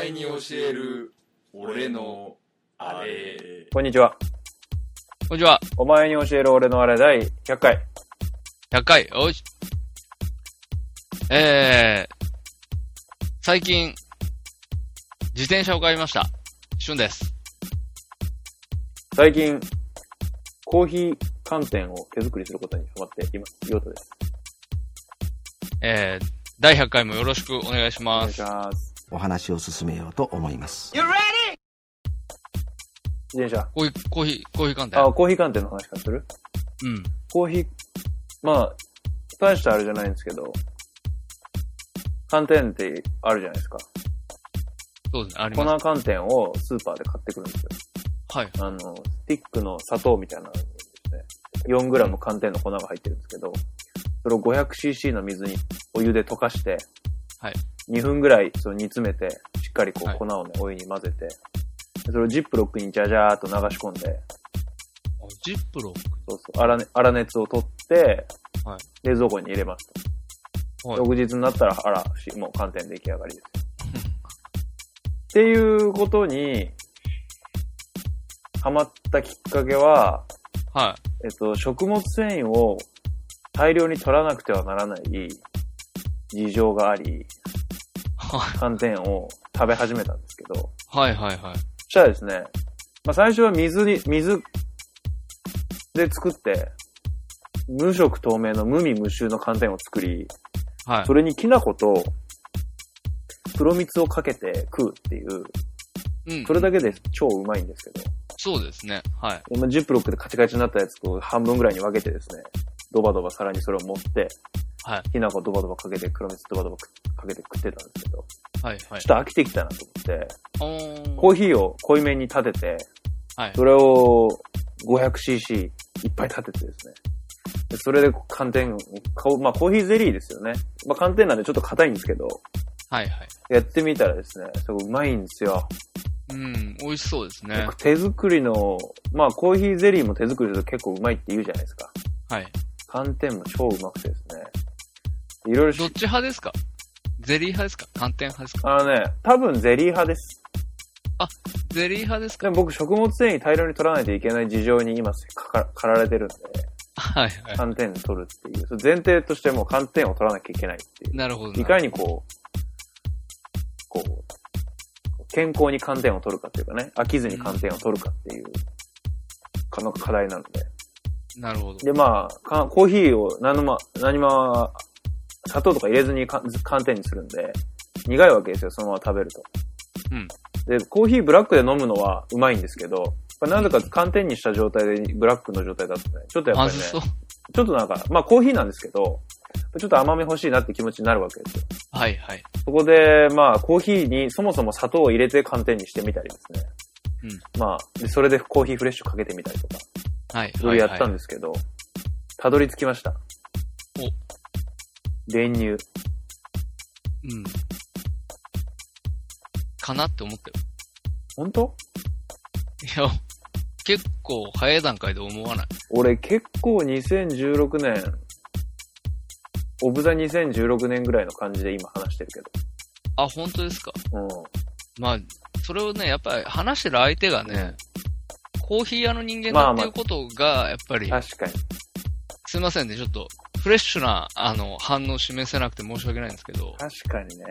える俺のあれこんにちは。こんにちは。お前に教える俺のあれ第100回。 100回。おいし。えー、最近、自転車を買いました。しゅんです。最近、コーヒー寒天を手作りすることにハマっています。ヨートです。えー、第100回もよろしくお願いしお願まいしす。ます。お話を進めようと思います。自転車。コーヒー、コーヒー、コーヒー鑑定。あ、コーヒー寒天の話からするうん。コーヒー、まあ、大したあれじゃないんですけど、寒天ってあるじゃないですか。そうですね。あり粉ます。寒天をスーパーで買ってくるんですよ。はい。あの、スティックの砂糖みたいなのにですね、4g 寒天の粉が入ってるんですけど、それを 500cc の水にお湯で溶かして、はい2分ぐらいそれ煮詰めて、しっかりこはいう粉をね、お湯に混ぜて、でそれをジップロックにジャジャーっと流し込んで、ジップロッそうそう、粗ね粗熱を取って、はい冷蔵庫に入れますと。はい翌日になったら、あら、不思議もう寒天出来上がりですよ。っていうことに、ハマったきっかけは、ク。はえっと、食物繊維を大量に取らなくてはならない事情があり、い。寒天を食べ始めたんですけど、はいはいはい。そしたらですね、まあ、最初は水に、水で作って、無色透明の無味無臭の寒天を作り、はいそ。れにきな粉と黒蜜をかけて食うっていう、うんそ。れだけで超うまいんですけど、そうですね。はい。でまあジップロックでカチカチになったやつを半分ぐらいに分けてですね、ドバドバ皿にそれを持って、はい。きな粉ドバドバかけて黒蜜ドバドバかけて食ってたんですけど、はいはいち。ょっと飽きてきたなと思って、おーコーヒーを濃いめに立てて、はい。それを 500cc いっぱい立ててですね。でそれで寒天を買う、まあコーヒーゼリーですよね。まあ寒天なんでちょっと硬いんですけど、はいはい。やってみたらですね、すごいうまいんですよ。うん。美味しそうですね。僕手作りの、まあコーヒーゼリーも手作りだと結構うまいって言うじゃないですか。はい。寒天も超うまくてですね。いろいろどっし、ち派ですかゼリー派ですか寒天派ですかあのね、多分ゼリー派です。ゼリー派ですかでも僕食物繊維大量に取らないといけない事情に今かかかられてるんで、はいは い。寒天取るっていう。それ前提としてもう寒天を取らなきゃいけないっていう。なるほど。いかにこう、こう、健康に寒天を取るかっていうかね、飽きずに寒天を取るかっていう、かの課題なので。なるほど。で、まあ、かコーヒーを何も、何も、砂糖とか入れずにか寒天にするんで、苦いわけですよ、そのまま食べると。うんで、コーヒーブラックで飲むのはうまいんですけど、やっぱなぜか寒天にした状態でブラックの状態だとね、ちょっとやっぱまりずね、そう。 ちょっとなんか、まあコーヒーなんですけど、ちょっと甘め欲しいなって気持ちになるわけですよ。はいはい。そこで、まあ、コーヒーにそもそも砂糖を入れて寒天にしてみたりですね。まあ、でそれでコーヒーフレッシュかけてみたりとか、はい。いろいろやったはいんはいですけど、たどり着きました。お練乳。うん。かなって思ったよ。本当いや、結構早い段階で思わない。俺結構2016年、オブザ2016年ぐらいの感じで今話してるけあ、本当ですか。ど。うん。まあ、それをね、やっぱり話してる相手がね、コーヒー屋の人間だっていうことが、やっぱり、確かに。すいませんね、ちょっと、フレッシュな、あの、反応を示せなくて申し訳ないんですけど、確かにね。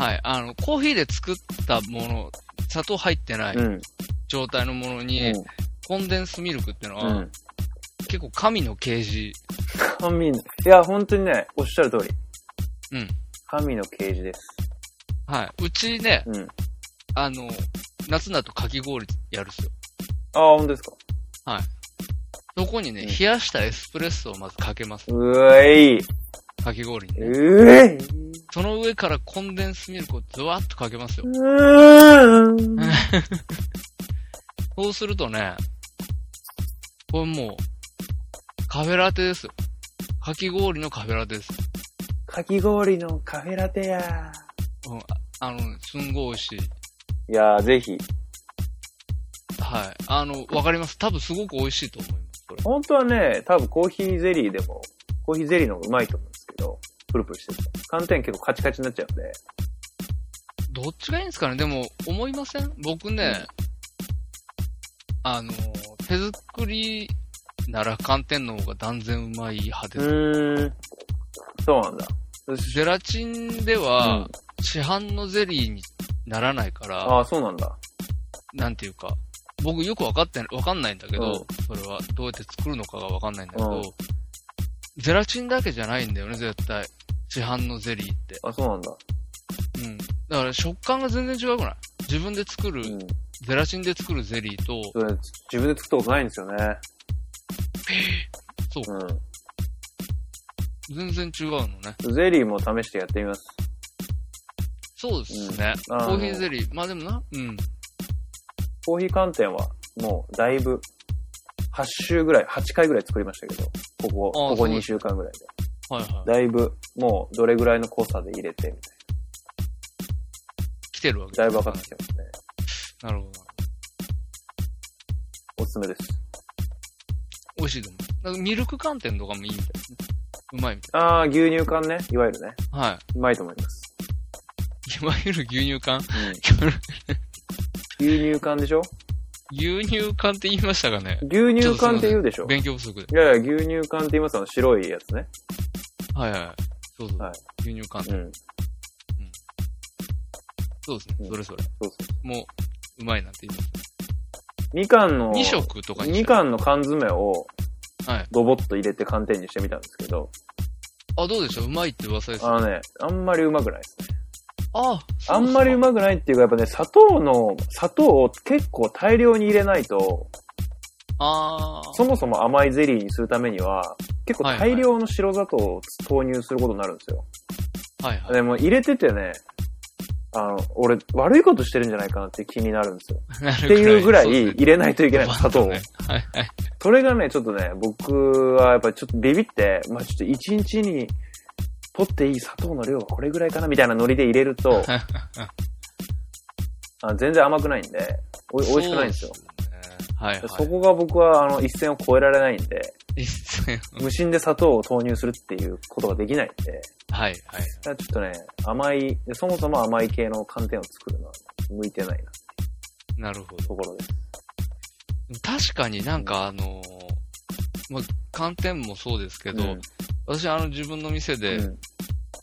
はい、あの、コーヒーで作ったもの、砂糖入ってないうん。状態のものに、うコンデンスミルクってのは、ん。うん。結構神の啓示。神の、いや、本当にね、おっしゃる通り。うん。神の啓示です。はい。うちね、うん。あの、夏になるとかき氷やるんですよ。ああ、本当ですか。そこにね、うん冷やしたエスプレッソをまずかけます。うえい。かき氷にね。うえい。その上からコンデンスミルクをズワッとかけますよ。うーん。そうするとね、これもう、カフェラテですよ。かき氷のカフェラテです。かき氷のカフェラテや。うん、ああの、すんごい美味しい。いやー、ぜひ。はい。あの、わかります。多分すごく美味しいと思います。これ本当はね、多分コーヒーゼリーでも、コーヒーゼリーの方がうまいと思うんですけど、プルプルしてて。寒天結構カチカチになっちゃうんで、どっちがいいんですかねでも、思いません僕ね、あの、手作りなら寒天の方が断然うまい派うです。ーん。そうなんだ。ゼラチンでは、市販のゼリーにならないから、ああ、そうなんだ。なんていうか、僕よくわかってん、わかんないんだけうどん、それは、どうやって作るのかがわかんないんだけうどん、ゼラチンだけじゃないんだよね、絶対。市販のゼリーって。あそうなんだ。うん。だから食感が全然違うくない自分で作る、うん。ゼラチンで作るゼリーと、それ、自分で作ったことないんですよね。。そう全然違うのね。うん。ゼリーも試してやってみます。そうですね。うんあーコーヒーゼリー。まあでもな、うん。コーヒー寒天は、もう、だいぶ、8週ぐらい、8回ぐらい作りましたけど、ここ、ああここそう2週間ぐらいで。はいはい。だいぶ、もう、どれぐらいの濃さで入れて、みたい来てるわけな。だいぶ分かってきてますね。なるほど。おすすめです。美味しいと思う。なんかミルク寒天とかもいいみたいですね。うまいみたいああ、牛乳缶ね。いわゆるね。はうまいと思います。い。いわゆる牛乳缶 牛乳缶でしょ牛乳缶って言いましたかね牛乳缶って言うでしょ勉強不足で。いやいや、牛乳缶って言いますあの、白いやつね。はいはい。そうそう。はい牛乳缶。うん。そうですね。うんそれそれ。そうそもう、うまいなって言います。う。みかんの、 2色とかにみしたかんの缶詰をら。はい。ドボッと入れて寒天にしてみたんですけど、あ、どうでしょううまいって噂です。ああのね、あんまりうまくないですね。あ、あんまりうままくないっていうか、やっぱね、砂糖の、砂糖を結構大量に入れないと、ああ。そもそも甘いゼリーにするためには、結構大量の白砂糖を投入することになるんですよ。はいはい。でも入れててね、あの、俺、悪いことしてるんじゃないかなって気になるんですよ。なっるていうぐらいそうですね入れないといけないの、砂糖をね。はいはい。それがね、ちょっとね、僕はやっぱりちょっとビビって、まあちょっと1日に取っていい砂糖の量はこれぐらいかなみたいなノリで入れると、あ全然甘くないんで、おい美味しくないんですよ。そうですね。はいそはこが僕はあの一線を越えられないんで、い。一斉無心で砂糖を投入するっていうことができないんで、 はいはい。だからちょっとね、甘い、そもそも甘い系の寒天を作るのは向いてないな、なるほど。ところです。確かになんかあのーまあ、寒天もそうですけど、うん私あの自分の店でうん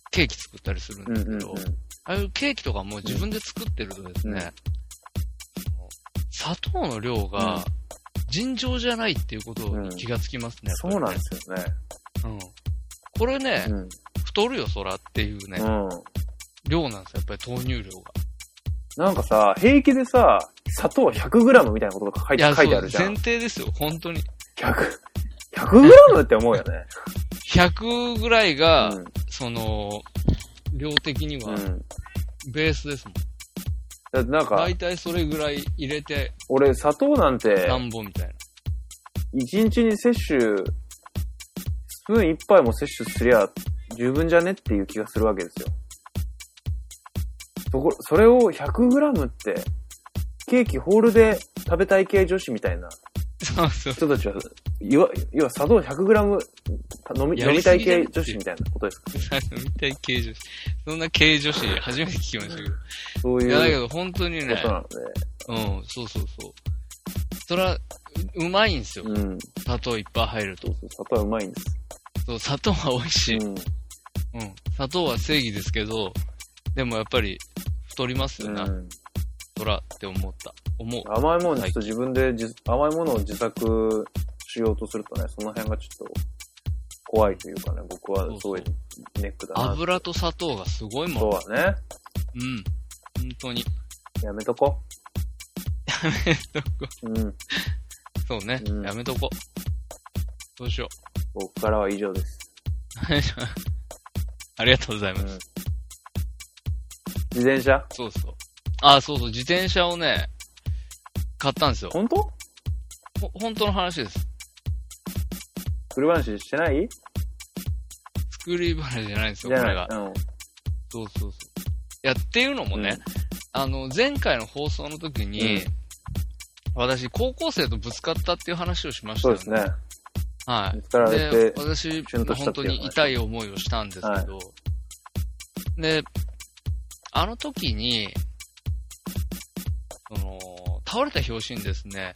ケーキ作ったりするんうでんすけうんど、うん。ああいうケーキとかも自分で作ってるとですね、うん砂糖の量うがん尋常じゃないっていうことに気がつきますね。、そうなんですすよね。うん。これね、うん。太るよ、そらっていうね、うん。量なんですよ、やっぱり投入量が。なんかさ、平気でさ、砂糖 100g みたいなことが書いいて書いてあそうるじゃん前。提ですよ、本当に。 100、100g って思うよね。 100ぐらいが、うんその、量的にはうん。ベースですもん。だってなんか大、体それぐらい入れて、俺砂糖なんて、なんぼみたいな。 1日に摂取、スプーン1杯も摂取すりゃ十分じゃねっていう気がするわけですよ。そこ、それを 100g って、ケーキホールで食べたい系女子みたいなそう そう。人たちは、いわ、要は砂糖 100g 飲み、や飲りみすたいぎだよ系女子みたいなことですかみたい軽女子。そんな軽女子、初めて聞きましたけど。そういいや、だけうど本当にこねと、なので。うん、そうそうそう。それは、ううまいんですよ。うん。砂糖いっぱい入るそうと。そう、砂糖はうまいんです。そう、砂糖は美味しい。うん。うん。砂糖は正義ですけど、でもやっぱり、太りますよな、うんそらって思った。思う。甘いものちょっと自分で自、甘いものを自作しようとするとね、その辺がちょっと怖いというかね、僕はすごいネックだな。油と砂糖がすごいもん。そうはね、うん。本当に。やめとこ。 うん。そうね、うんやめとこ。どう しよ僕からは以上です。う。ありがとうございます。自転車そうそう。あ、そうそう、自転車をね、買ったんですよ。本当ほ本当の話です。車話してない作り話じゃないんでじすよ、ゃこれながい。。うん。そうそうそう。いや、っていうのもね、あの、前回の放送の時に、うん私、高校生とぶつかったっていう話をしましたそようね。ですね。はい。見つかられでて、、私、シュンとした本ってい当う話に痛い思いをしたんですけど、で、あの時に、その、倒れた拍子にですね、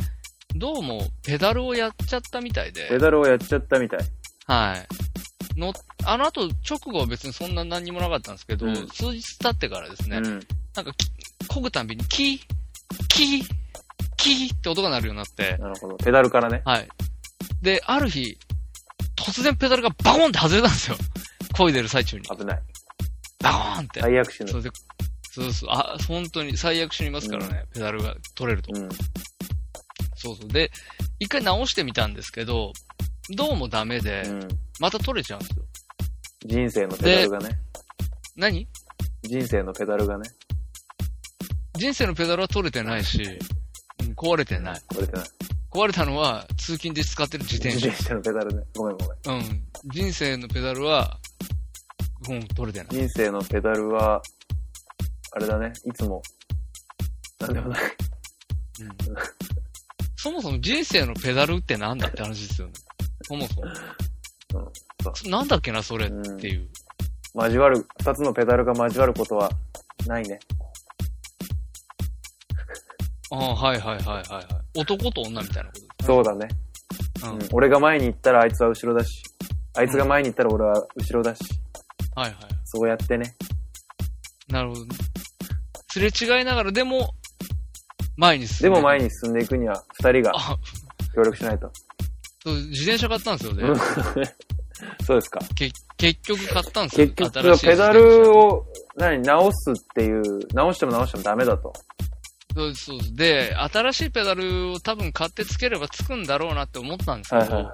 どうもペダルをやっちゃったみたいでペ、ダルをやっちゃったみたい。はい。の、あの後直後は別にそんな何にもなかったんですけど、うん数日経ってからですね、うん。なんかき、漕ぐたんびにキー、キー、キーって音が鳴るようになって、なるほど。ペダルからね。はい。で、ある日、突然ペダルがバコーンって外れたんですよ。漕いでる最中に。危ない。バコーンって。最悪死ぬそ。うで、そうそう、あ、本当に最悪死にますからね、ペダルが取れると。うん。そうそう。で、一回直してみたんですけど、どうもダメでう、ん。また取れちゃうんですよ。人生のペダルがね。何人生のペダルがね。人生のペダルは取れてないし、うん壊れてない。これてない。壊れたのは通勤で使ってる自転自車。転車のペダルね。ごめんごめん。うん。人生のペダルは、うん、取れてな人い。生のペダルは、あれだね。いつも、なんでもない。うん、そもそも人生のペダルってなんだって話ですよね。そもそも。うんそうそなんだっけな、それっていう。交わる、二つのペダルが交わることはないね。ああ、はいはいはいはいはい。男と女みたいなことですね。そうだね。うん。うはいん俺が前に行ったらあいつは後ろだし、あいつが前に行ったら俺は後ろだし、はい。そうやってね。なるほどね。すれ違いながら、でも、前に進でむ。も前に。に進んでいくには二人があ、協力しないと。そう、自転車買ったんですよね。うん そうですか。け結局買ったんですよ。結局、新しいペ自転車ダルを、何、直すっていう、直しても直してもダメだと。そうですそうです。で、新しいペダルを多分買ってつければつくんだろうなって思ったんですけはど、いはいはい。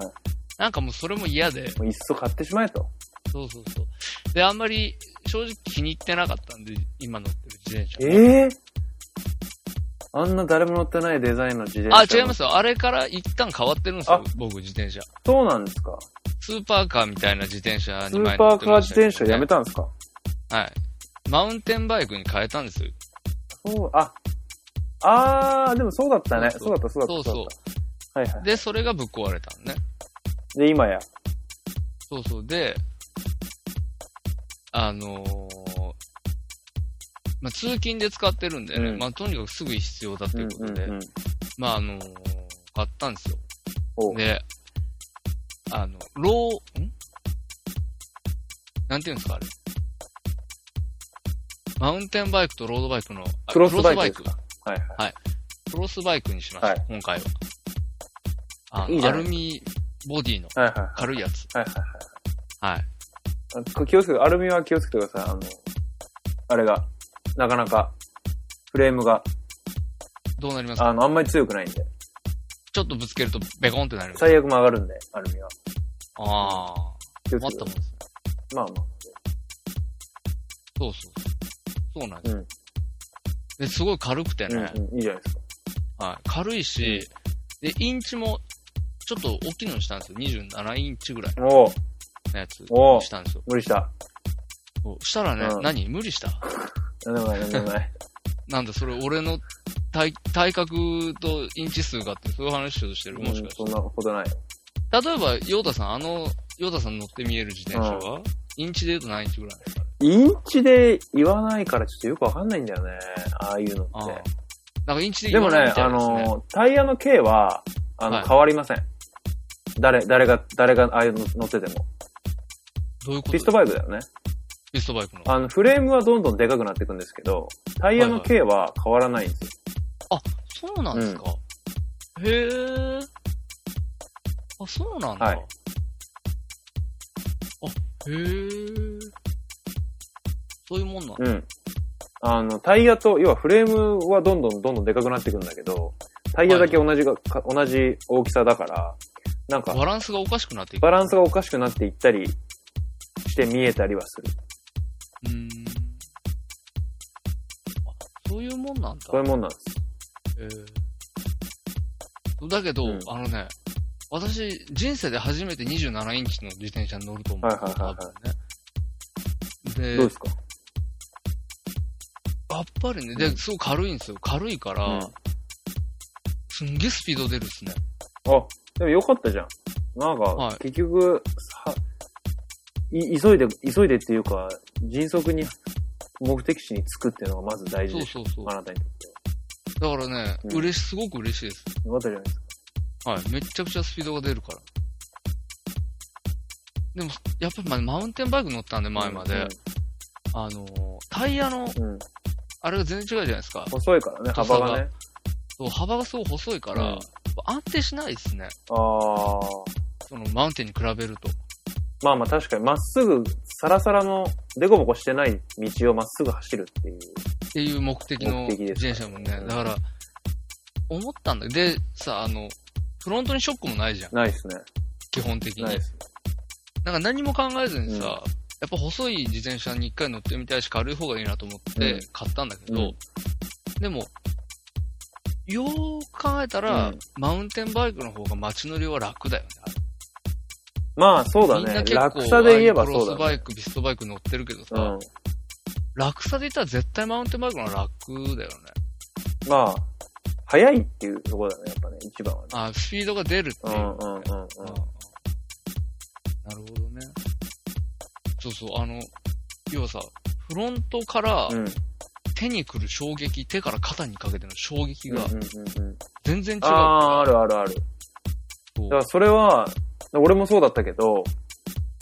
なんかもうそれも嫌で、もういっそ買ってしまえと。そうそうそう。で、あんまり正直気に入ってなかったんで、今乗ってる自転え車。えあんな誰も乗ってないデザインの自転あ、車。違いますよ。あれから一旦変わってるんですよ、僕自転車。そうなんですか。スーパーカーみたいな自転車スにー前にパ乗ーってカーま自したけどね転車やめたんですかはい。マウンテンバイクに変えたんですよ。そう、あ、あー、でもそうだったね。そうそうそだった、そうだそっうた、そそうだった。はいはう。で、それがぶっ壊れたんね。い。で、今や。そうそう。で、あのーまあ、通勤で使ってるんでね、うんまあ、とにかくすぐ必要だということで、ん。まあ、あのー買ったんですよ。おうで、あの、ロー、んなんていうんですか、あれ。マウンテンバイクとロードバイクの、あクロスバイクでクロスすバイはいはい。ククロスバイクにしました、はい今回は。あいいのじゃアないルミボディのはいはいはい。軽いやつ。はいはいはいはい。あこ。気をつけて、アルミは気をつけてください。あの、あれが、なかなか、フレームが、どうなりますかあの、あんまり強くないんで、ちょっとぶつけるとベコンってなる。最悪曲がるんで、アルミは。ああ、気を困つっけてたもん。ですね。まあまあ。そうそうそう。そうなんです。うんで、すごい軽くてね、うんうん、いいじゃないですか。はい、軽いし、で、インチも、ちょっと大きいのにしたんですよ。27インチぐらいおう、のやつにおうしたんですよ。無理した。そうしたらね、うん何無理したなんで もない、なんでもない。なんだ、それ俺の体体格とインチ数があって、そういう話をしてる。もしかしてうんそんなことない。例えば、ヨータさん、あの、ヨータさん乗って見える自転車は、インチで言うと何インチぐらいインチで言わないからちょっとよくわかんないんだよね。ああいうのあっあて。。なんかインチでで言もわね、ないみたあいですね。の、タイヤの径は、あの、はい変わりません。誰、誰が、誰がああいうの乗ってても。どういうことピストバイクだよね。ピストバイクの。あの、フレームはどんどんでかくなっていくんですけど、タイヤの径は変わらないんですよ。そうなんですか。へえ。あ、そうなんだ。はいあ、へえ。そういうもんなんだ。うん。あの、タイヤと、要はフレームはどんどんどんどんでかくなっていくんだけど、タイヤだけ同じが、か同じ大きさだから、なんか、バランスがおかしくなっていく。バランスがおかしくなっていったりして見えたりはする。うーん。あ、そういうもんなんだ。そういうもんなんです。へえ。だけど、うんあのね、私、人生で初めて27インチの自転車に乗ると思う。はいはいはいはい多分ね。どうでで、すかやっぱりね、うで、んすごい軽いんですよ。軽いから、うんすんげえスピード出るっすね。あ、でもよかったじゃん。なんか、はい結局、はい、急いで、急いでっていうか、迅速に目的地に着くっていうのがまず大事そうでしょ。そうそう。あだなたにとっては。からね、うん嬉し、すごく嬉しいです。よかったじゃないですか。はい。めっちゃくちゃスピードが出るから。でも、やっぱりまあマウンテンバイク乗ったんで、前まで。あのー、タイヤの、うん。うん。あれが全然違うじゃないですか。細いからね、幅がね。そう幅がすごい細いから、うん安定しないですね。ああ。そのマウンテンに比べると。まあまあ確かに、まっすぐ、サラサラの、デコボコしてない道をまっすぐ走るっていう。っていう目的の目的です自から転車もんね。だから、思ったんだよ。で、さ、あの、フロントにショックもないじゃん。ないですね。基本的に。ないです。なんか何も考えずにさ、うんやっぱ細い自転車に一回乗ってみたいし、軽い方がいいなと思ってうん買ったんだけど、うんでも、よーく考えたら、うんマウンテンバイクの方が街乗りは楽だよね。まあそうだみんなね。結構、落差で言えばそうクロだスバね。イク、ビストバイク乗ってるけどさ、うん。落差で言ったら絶対マウンテンバイクの方が楽だよね。まあ、速いっていうところだね、やっぱね、一番はね。あ、スピードが出るってういう。んうんうんうん。あなるほどね。そうそう、あの、要はさ、フロントからうん。手に来る衝撃、手から肩にかけての衝撃うんうんがうんうん。全然違う。ああ、あるあるある。そだうからそれは、俺もそうだったけど、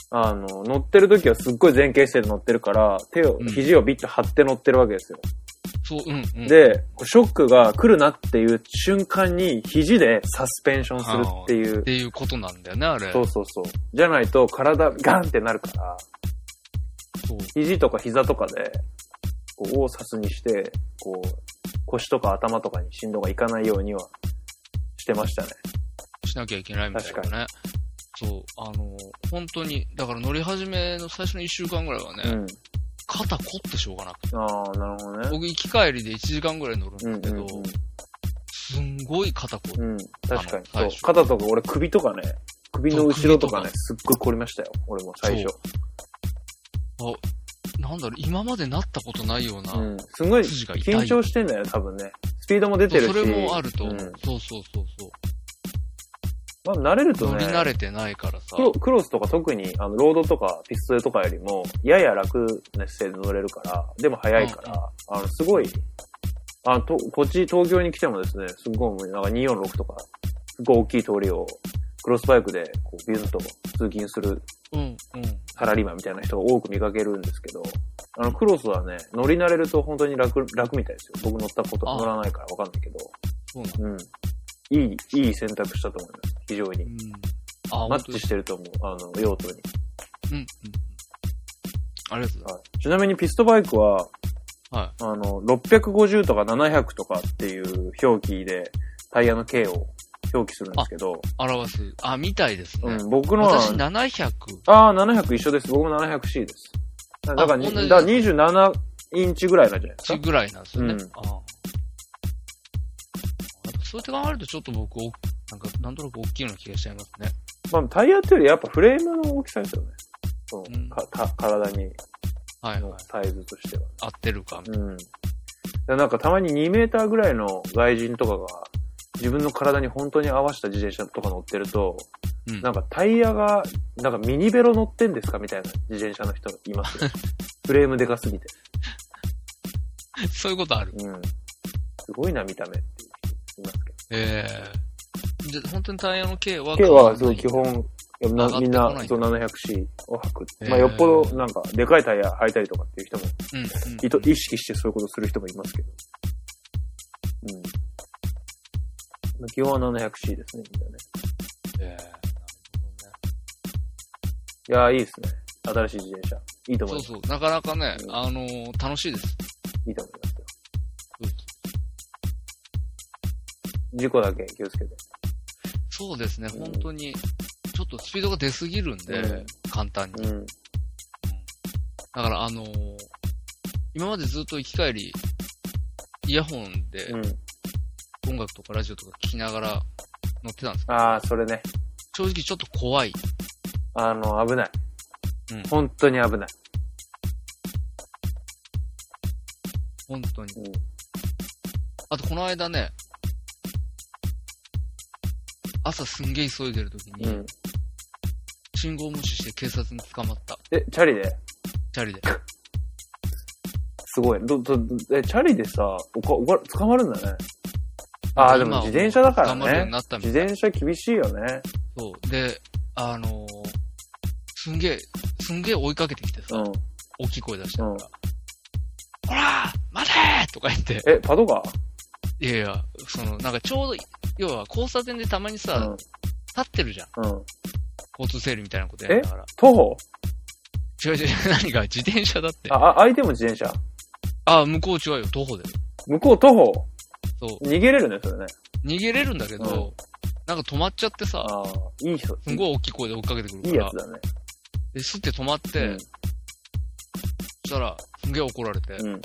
あの、乗ってる時はすっごい前傾姿勢で乗ってるから、手をうん、肘をビッと張って乗ってるわけですよ。そう、うん、うん。で、こうショックが来るなっていう瞬間に、肘でサスペンションするっていっう。ていうことなんだよね、あれ。そうそうそう。じゃないと体ガンってなるから、そう肘とか膝とかで、こう、をサスにして、こう、腰とか頭とかに振動がいかないようにはしてましたね。しなきゃいけないみたい確なね。そう、あの、本当に、だから乗り始めの最初の1週間ぐらいはね、うん。肩凝ってしょうがなくて。ああ、なるほどね。僕、行き帰りで1時間ぐらい乗るんうんだけど、すんごい肩凝ってうん、うん。確かに。あのそ最う初。肩とか、俺首とかね、首の後ろとか首ねと、すっごい凝りましたよ。俺も最初。なんだろう、今までなったことないようなうん。すごい筋が痛い。緊張してんだよね、多分ね。スピードも出てるし。そうそれもあると思う。うんそうそうそうそまあ、慣れるう。と乗りね、慣れてないからさク。ロクロスとか特に、あの、ロードとかピストルとかよりも、やや楽な姿勢で乗れるから、でも速いから、あの、すごい、あのと、こっち東京に来てもですね、すごいもう、なんか246とか、すごい大きい通りを、クロスバイクで、こう、ビュンと通勤するうんうん。サラリーマンみたいな人が多く見かけるんですけど、あの、クロスはね、乗り慣れると本当に楽、楽みたいですよ。僕乗ったこと、あ乗らないからわかんないけど、そうなんだ。うん。いい、いい選択したと思います。非常にう。ん。あ、マ本当ッチにし。てると思う。あの、用途に。うんうん。ありがとうございはいちなみにピストバイクは、はあの、650とか700とかっていう表記で、タイヤの径を表記するんですけど、ます。表す。あ、みたいですね。うん、僕のは、私700。ああ、700一緒です。僕も 700C です。だから、同じですだから27インチぐらいなんじゃないですちか。ぐらいなんですよね。うんああやっぱそうやって考えるとちょっと僕、おなんか、なんとなく大きいような気がしちゃいますね。まあ、タイヤっていうよりやっぱフレームの大きさですよね。そうんのかた体に、はい、はのい。サイズとしては。合ってるか。うん。だからなんかたまに2メーターぐらいの外人とかが、自分の体に本当に合わせた自転車とか乗ってると、うん。なんかタイヤが、なんかミニベロ乗ってんですかみたいな自転車の人い ますよ。フレームでかすぎて。そういうことある。うん。すごいな、見た目って言いますけええで、本当にタイヤの径はど。今日はすごい変基わらない。本、なみん上がなってそこう 700C を履く。へーまあよっぽどなんかでかいタイヤ履いたりとかっていう人も、うん、うん。意図意識してそういうことする人もいますけど。うん。基本は 700C ですね、みんなね。ええなるほどね。いやーいいですね。新しい自転車。いいと思いそうます。そう、なかなかね、うんあのー楽しいです。いいと思いますよ。事故だけ気をつけて。そうですね、うん本当に。ちょっとスピードが出すぎるんで、うん簡単に。うん。だから、あのー今までずっと行き帰り、イヤホンでうん。音楽とかラジオとか聞きながら乗ってたんですけど、ああ、それね。正直ちょっと怖い。あの、危ない。うん本当に危ない。本当に。うんあと、この間ね、朝すんげえ急いでる時に、うん。信号無視して警察に捕まった。え、チャリでチャリで。すごい。ど、ど、どえ、チャリでさ、おか、おか、捕まるんだね。ああ、でも自転車だから頑張るようにね。なったみた自い転車厳しいよね。そう。で、あのーすんげえ、すんげえ追いかけてきてさ、うん。大きい声出してうんほら待てーとか言って、え、パトカいやいや、その、なんかちょうど、要は交差点でたまにさ、ー立ってるじゃん。うん。うん。交通整理みたいなことやりながら。徒歩違う違う、何が自転車だって。あ、あ、相手も自転車。あ、向こう違うよ、徒歩で。向こう徒歩。そ逃げれるね、それね。う。逃げれるんだけうど、なんか止まっちゃってさ、ああ、いい人。すんごい大きい声で追っかけてくるいかいらやつ、だね。でスって止まって、うんそしたら、すんげえ怒られて、うん。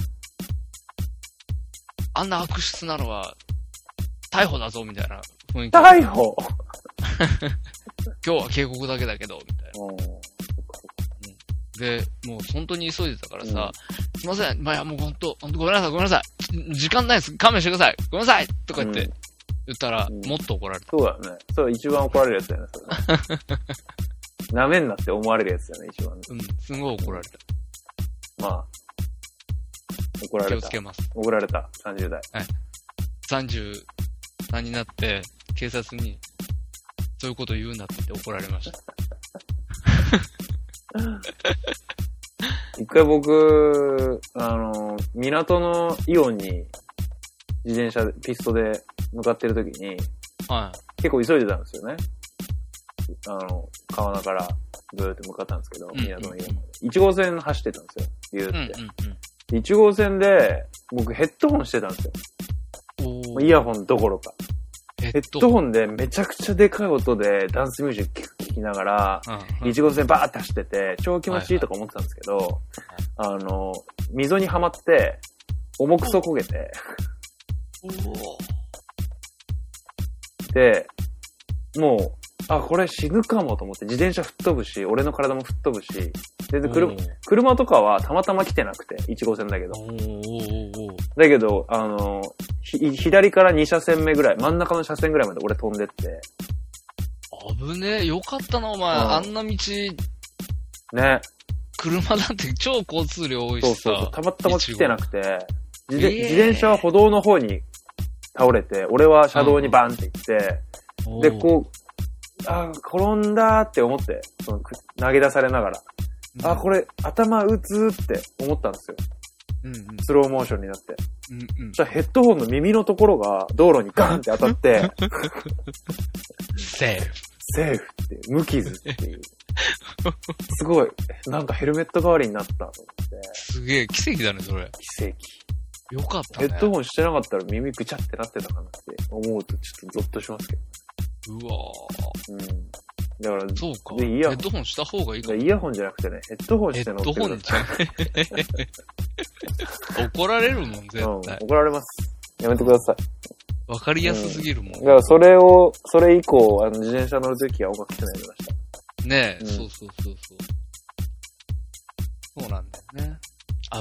あんな悪質なのは、逮捕だぞ、みたいな雰囲気。逮捕今日は警告だけだけど、みたいうん。な。で、もう本当に急いでたからさ、すいません、まあ、いやもう本当、本当ごめんなさい、ごめんなさい。時間ないです、勘弁してください。ごめんなさいとか言って、うん言ったら、うんもっと怒られた。そうだよね。それ一番怒られるやつだよね、それね。 舐めんなって思われるやつだよね、一番ね。うん、すごい怒られた。まあ。怒ら気れをたつ。けます。怒られた、30代。 33になって、警察に、そういうこと言うなって言って怒られました。一回僕、あの、港のイオンに自転車で、ピストで向かってる時に、は結構急いでたんですよね。あの、川名からブーって向かったんですけど、うん港のイオンまで。1号線走ってたんですよ、い。うん、ビうューっんて。、で1号線で、僕ヘッドホンしてたんですよ。うん。おイヤホンどころか。ヘヘッドホンでめちゃくちゃでかい音でダンスミュージック聴きながら、うん、 1号線バーって走ってて、超気持ちいいとか思ってたんですけど、あの、溝にはまって、重くそ焦げて、おで、もう、あ、これ死ぬかもと思って、自転車吹っ飛ぶし、俺の体も吹っ飛ぶし、全然車おー車とかはたまたま来てなくて、1号線だけど。おーおーおーだけど、あの、ひ左から2車線目ぐらい、真ん中の車線ぐらいまで俺飛んでって、おー危ねえ。よかったな、お前。うんあんな道、ね、車だって超交通量多いそうしそうそう、さ。たまたま来てなくて、自転ええ自転車は歩道の方に倒れて、俺は車道にバンって行って、おーで、こう、あー転んだーって思って、そのく投げ出されながら、あーこれ頭打つーって思ったんですよ。うんうんスローモーションになって。うんうんじゃヘッドホンの耳のところが道路にガンって当た って、セーフ。セーフって、無傷っていう。すごい、なんかヘルメット代わりになったと思って、すげえ、奇跡だね、それ。奇跡。よかったヘね。ッドホンしてなかったら耳ぐちゃってなってたかなって思うとちょっとゾッとしますけうわど。うん。だから、ーそうか。でイヘヤホンッドホンした方がいいかも。イヤホンじゃなくてね、ヘッドホンヘして乗ッってドくるホンじゃん 怒られるもん、絶うん対。。怒られます。やめてください。わかりやすすぎるもんだ。からそれを、それ以降、あの、自転車乗るときは音楽つけないでください。ねうえ、んそうそうそうそう。そうなんだよね。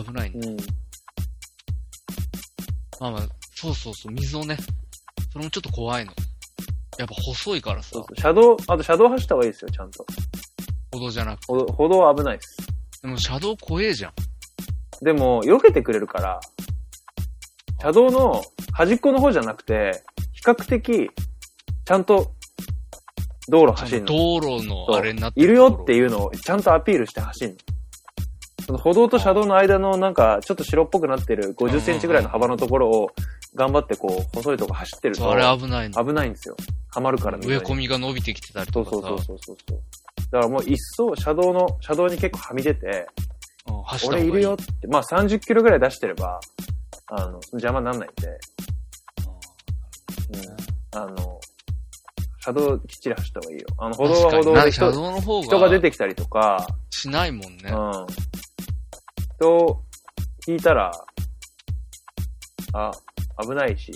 危ないね。うん。まあまあ、そうそうそう、溝ね。それもちょっと怖いの。やっぱ細いからさそう、そう。車道、あと車道走った方がいいですよ、ちゃんと。歩道じゃなくて。歩道歩道は危ないです。でも車道怖えじゃん。でも、避けてくれるから、車道の端っこの方じゃなくて、比較的、ちゃんと、道路走るの。道路のあれになっているよってう。いうのをちゃんとアピールして走るの。その歩道と車道の間のなんか、ちょっと白っぽくなってる50センチぐらいの幅のところを、頑張ってこう、細いとこ走ってるそうとあ、れ危ないの。危ないんですよ。はまるから植え込み。みが伸びてきてたりそとうかそさうそうそうそう。だからもう一層車道の、車道に結構はみ出て、うん走った俺方いがいるい。よって、まあ30キロぐらい出してれば、あの、邪魔になんないんで、うん、あの、車道きっちり走った方がいいよ。あの、歩歩道道はは歩道で人歩道で車道の方が人が出てきたりとか、しないもんね。うん。人引いたら、あ、危ないし、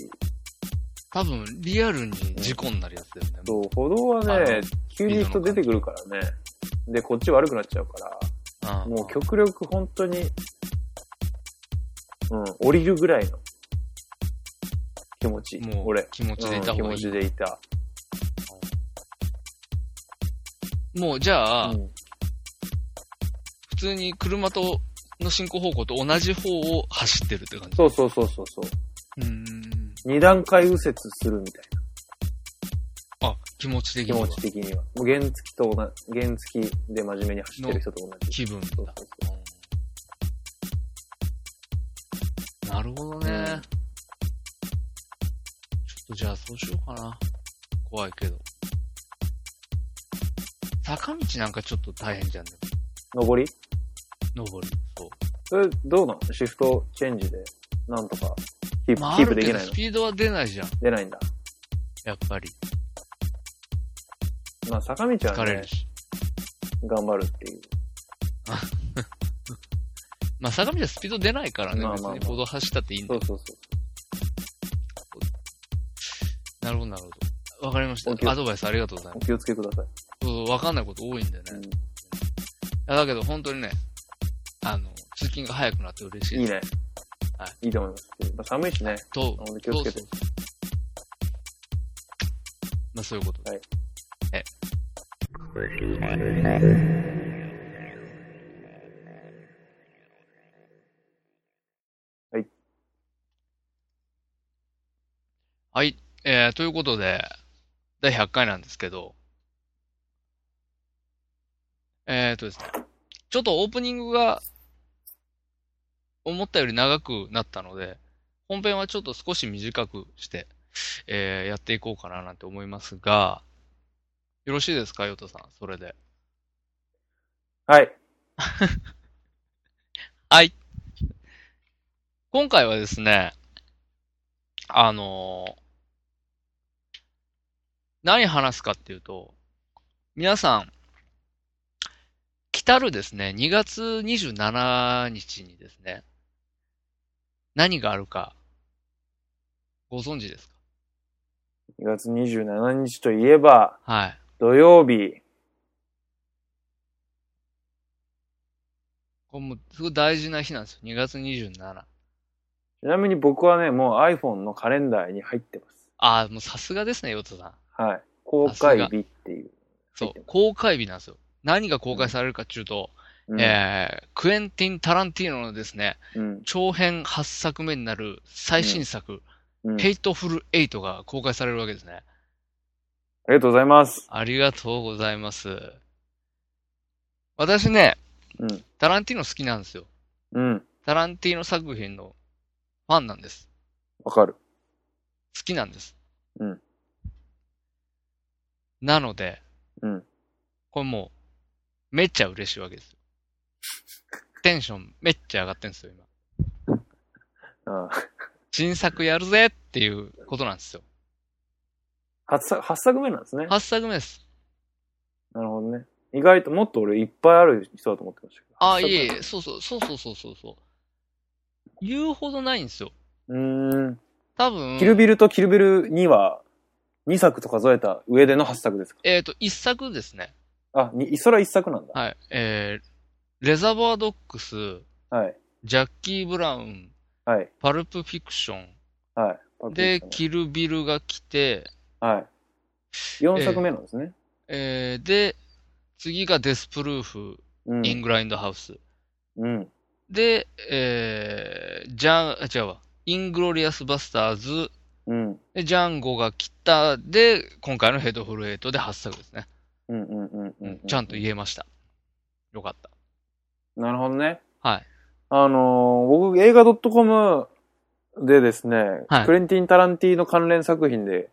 多分、リアルに事故になるやつだよね。そう、歩道はねあの、急に人出てくるからね。で、こっち悪くなっちゃうから、うんもう極力本当に、うん、降りるぐらいの気持ち。もう俺。気持ちでいたうん方気がい持い。ちでいた。もうじゃあ、うん普通に車との進行方向と同じ方を走ってるって感じ。そうそうそうそうそう。うーん。二段階右折するみたいなあ、気持ち的気には持ち的には。もう原付きと同じ、原付きで真面目に走ってる人と同じ。気分そうだ。そううんなるほどね。ちょっとじゃあそうしようかな。怖いけど。坂道なんかちょっと大変じゃんね。そう。上り登る。そう。それどうなのシフトチェンジで、なんとかキープ、まあ、キあープでるけきどないスのピードは出ないじゃん。出ないんだ。やっぱり。まあ坂道疲はれねる、し。頑張るっていう。まあ、坂道はスピード出ないからね。まあまあまあ別に歩道走ったっていいんだそよう。そうそう。なるほど、なるほど。わかりましオッケーた。アドバイスありがとうございおます。気をつけください。そうそう、わかんないこと多いんでね。うんいやだけど、本当にね、あの、通勤が早くなって嬉しいいでいす。ね。。はいいいと思います。やっぱ寒いしね。と、なので気をつけてそうそうまあ、そういうことで。はいえはい。はい。えー、ということで、第100回なんですけど、えー、っとですね、ちょっとオープニングが、思ったより長くなったので、本編はちょっと少し短くして、えーやっていこうかななんて思いますが、よろしいですか、ヨタさん、それで。はい。はい。今回はですね、あのー何話すかっていうと、皆さん、来るですね、2月27日にですね、何があるか、ご存知ですか2月27日といえば、はい。土曜日。これもうすごい大事な日なんですよ。2月27。あちなみに僕はね、もう iPhone のカレンダーに入ってます。あ、もうさすがですね、ヨトさん。はい。公開日っていう。そ入ってう、公開日なんですよ。何が公開されるかっていうと、うんえー、クエンティン・タランティーノのですね、うん長編8作目になる最新作、うん。あヘイトフル・エイトが公開されるわけですね。りがとうございます。ありがとうございます。私ね、うんタランティーノ好きなんですよ。うん。タランティーノ作品のファンなんです。わかる。好きなんです。うんなので、うんこれもう、めっちゃ嬉しいわけですよ。 テンションめっちゃ上がってんですよ、今。ああ新作やるぜっていうことなんですよ。 8作、 八作目なんですね。 8作目です。なるほどね。意外ともっと俺いっぱいある人だと思ってましたけど。ああ、八作い目えいえ、そうそう、そうそうそうそうそう。言うほどないんですよ。うーん。多分、キルビルとキルビル2は、2作と数えた上での8作ですかえっ、と、1作ですね。あ、に、それは1作なんだ。はい。えー、レザバードックス、はい。ジャッキー・ブラウン、はい。パルプフィクション、はい。で、き、キルビルが来て、はい。4作目なんですね。えーで、次がデスプルーフ、うんイングラインドハウス。うん。で、えー、ジャン、あ、違うわ、イングロリアスバスターズ、うん。でジャンゴが来た、で、今回のヘッドフルエイトで8作ですね。うんうんうんううんん、ちゃんと言えました。よかった。なるほどね。はい。あのー僕、映画 .com でですね、はいクレンティン・タランティの関連作品で、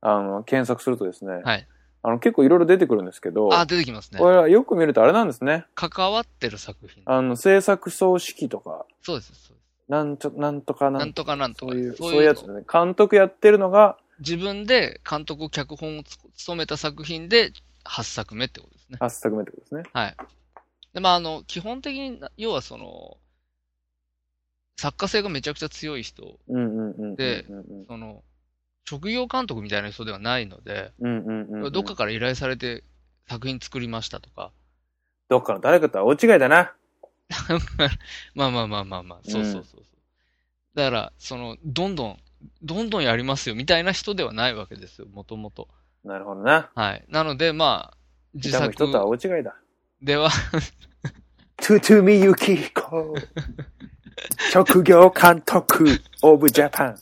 あの、検索するとですね、はいあの、結構いろいろ出てくるんですけど、あ、出てきますねこ。れはよく見るとあれなんですね。関わってる作品。あの、制作総指揮とか、そうです、そうです。なんちょ、なんとかななんんとかなんそとかういでう、す。そういうやつのね。監督やってるのが、自分で監督、脚本をつ務めた作品で8作目ってことですね。 8作目ってことですね。で、まあ、あの、基本的にな、要はその、作家性がめちゃくちゃ強い人、うんうんうんうんうんうん。でその、職業監督みたいな人ではないので、うんうんうんうん。どっかから依頼されて作品作りましたとか、どっかの誰かとは大違いだな。まあまあまあまあまあ、そうそうそうそう。だから、その、どんどん、どんどんやりますよみたいな人ではないわけですよ、もともと。なるほどな。はい。なので、まあ、自自他の作人とは大違いだ。では to, to me, you k i o 職業監督 of Japan.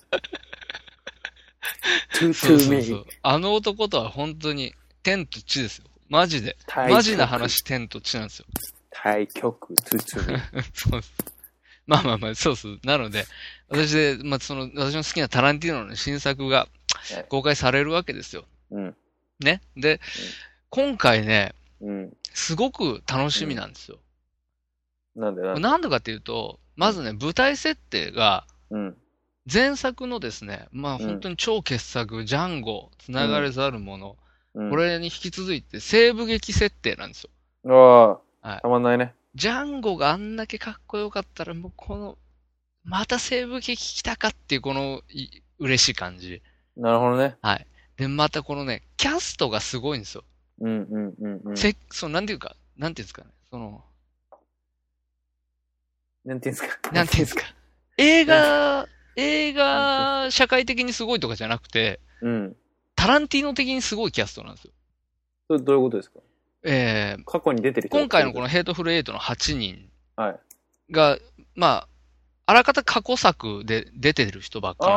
to, そう to そうそ me. う。あの男とは本当に天と地ですよ。マジで。対局マジな話天と地なんですよ。対局 to, to me. そうです。まあまあまあ、そうそう。なので、私で、まあその、私の好きなタランティーノの新作がはい公開されるわけですよ。うん。ね。で、今回ね、うん。すごく楽しみなんですよ。なんでなんでなんでかっていうと、まずね、舞台設定が、うん。前作のですね、まあうん本当に超傑作、ジャンゴ、つながれざるもの、うん、これに引き続いて西部劇設定なんですよ。ああ、はいたまんないね。ジャンゴがあんだけかっこよかったら、もうこの、また西部劇来たかっていうこのい嬉しい感じ。なるほどね。で、またこのね、キャストがすごいんですよ。うんうんうんうん。せそう、なんていうか、なんていうんですかね。その、なんていうんですか。なんていうんですか。 映画、映画、社会的にすごいとかじゃなくて、うん。タランティーノ的にすごいキャストなんですよ。それどういうことですかえー、過去に出てる人今回のこのヘイトフルエイトの8人はいが、まあ、あらかた過去作で出てる人ばっかなん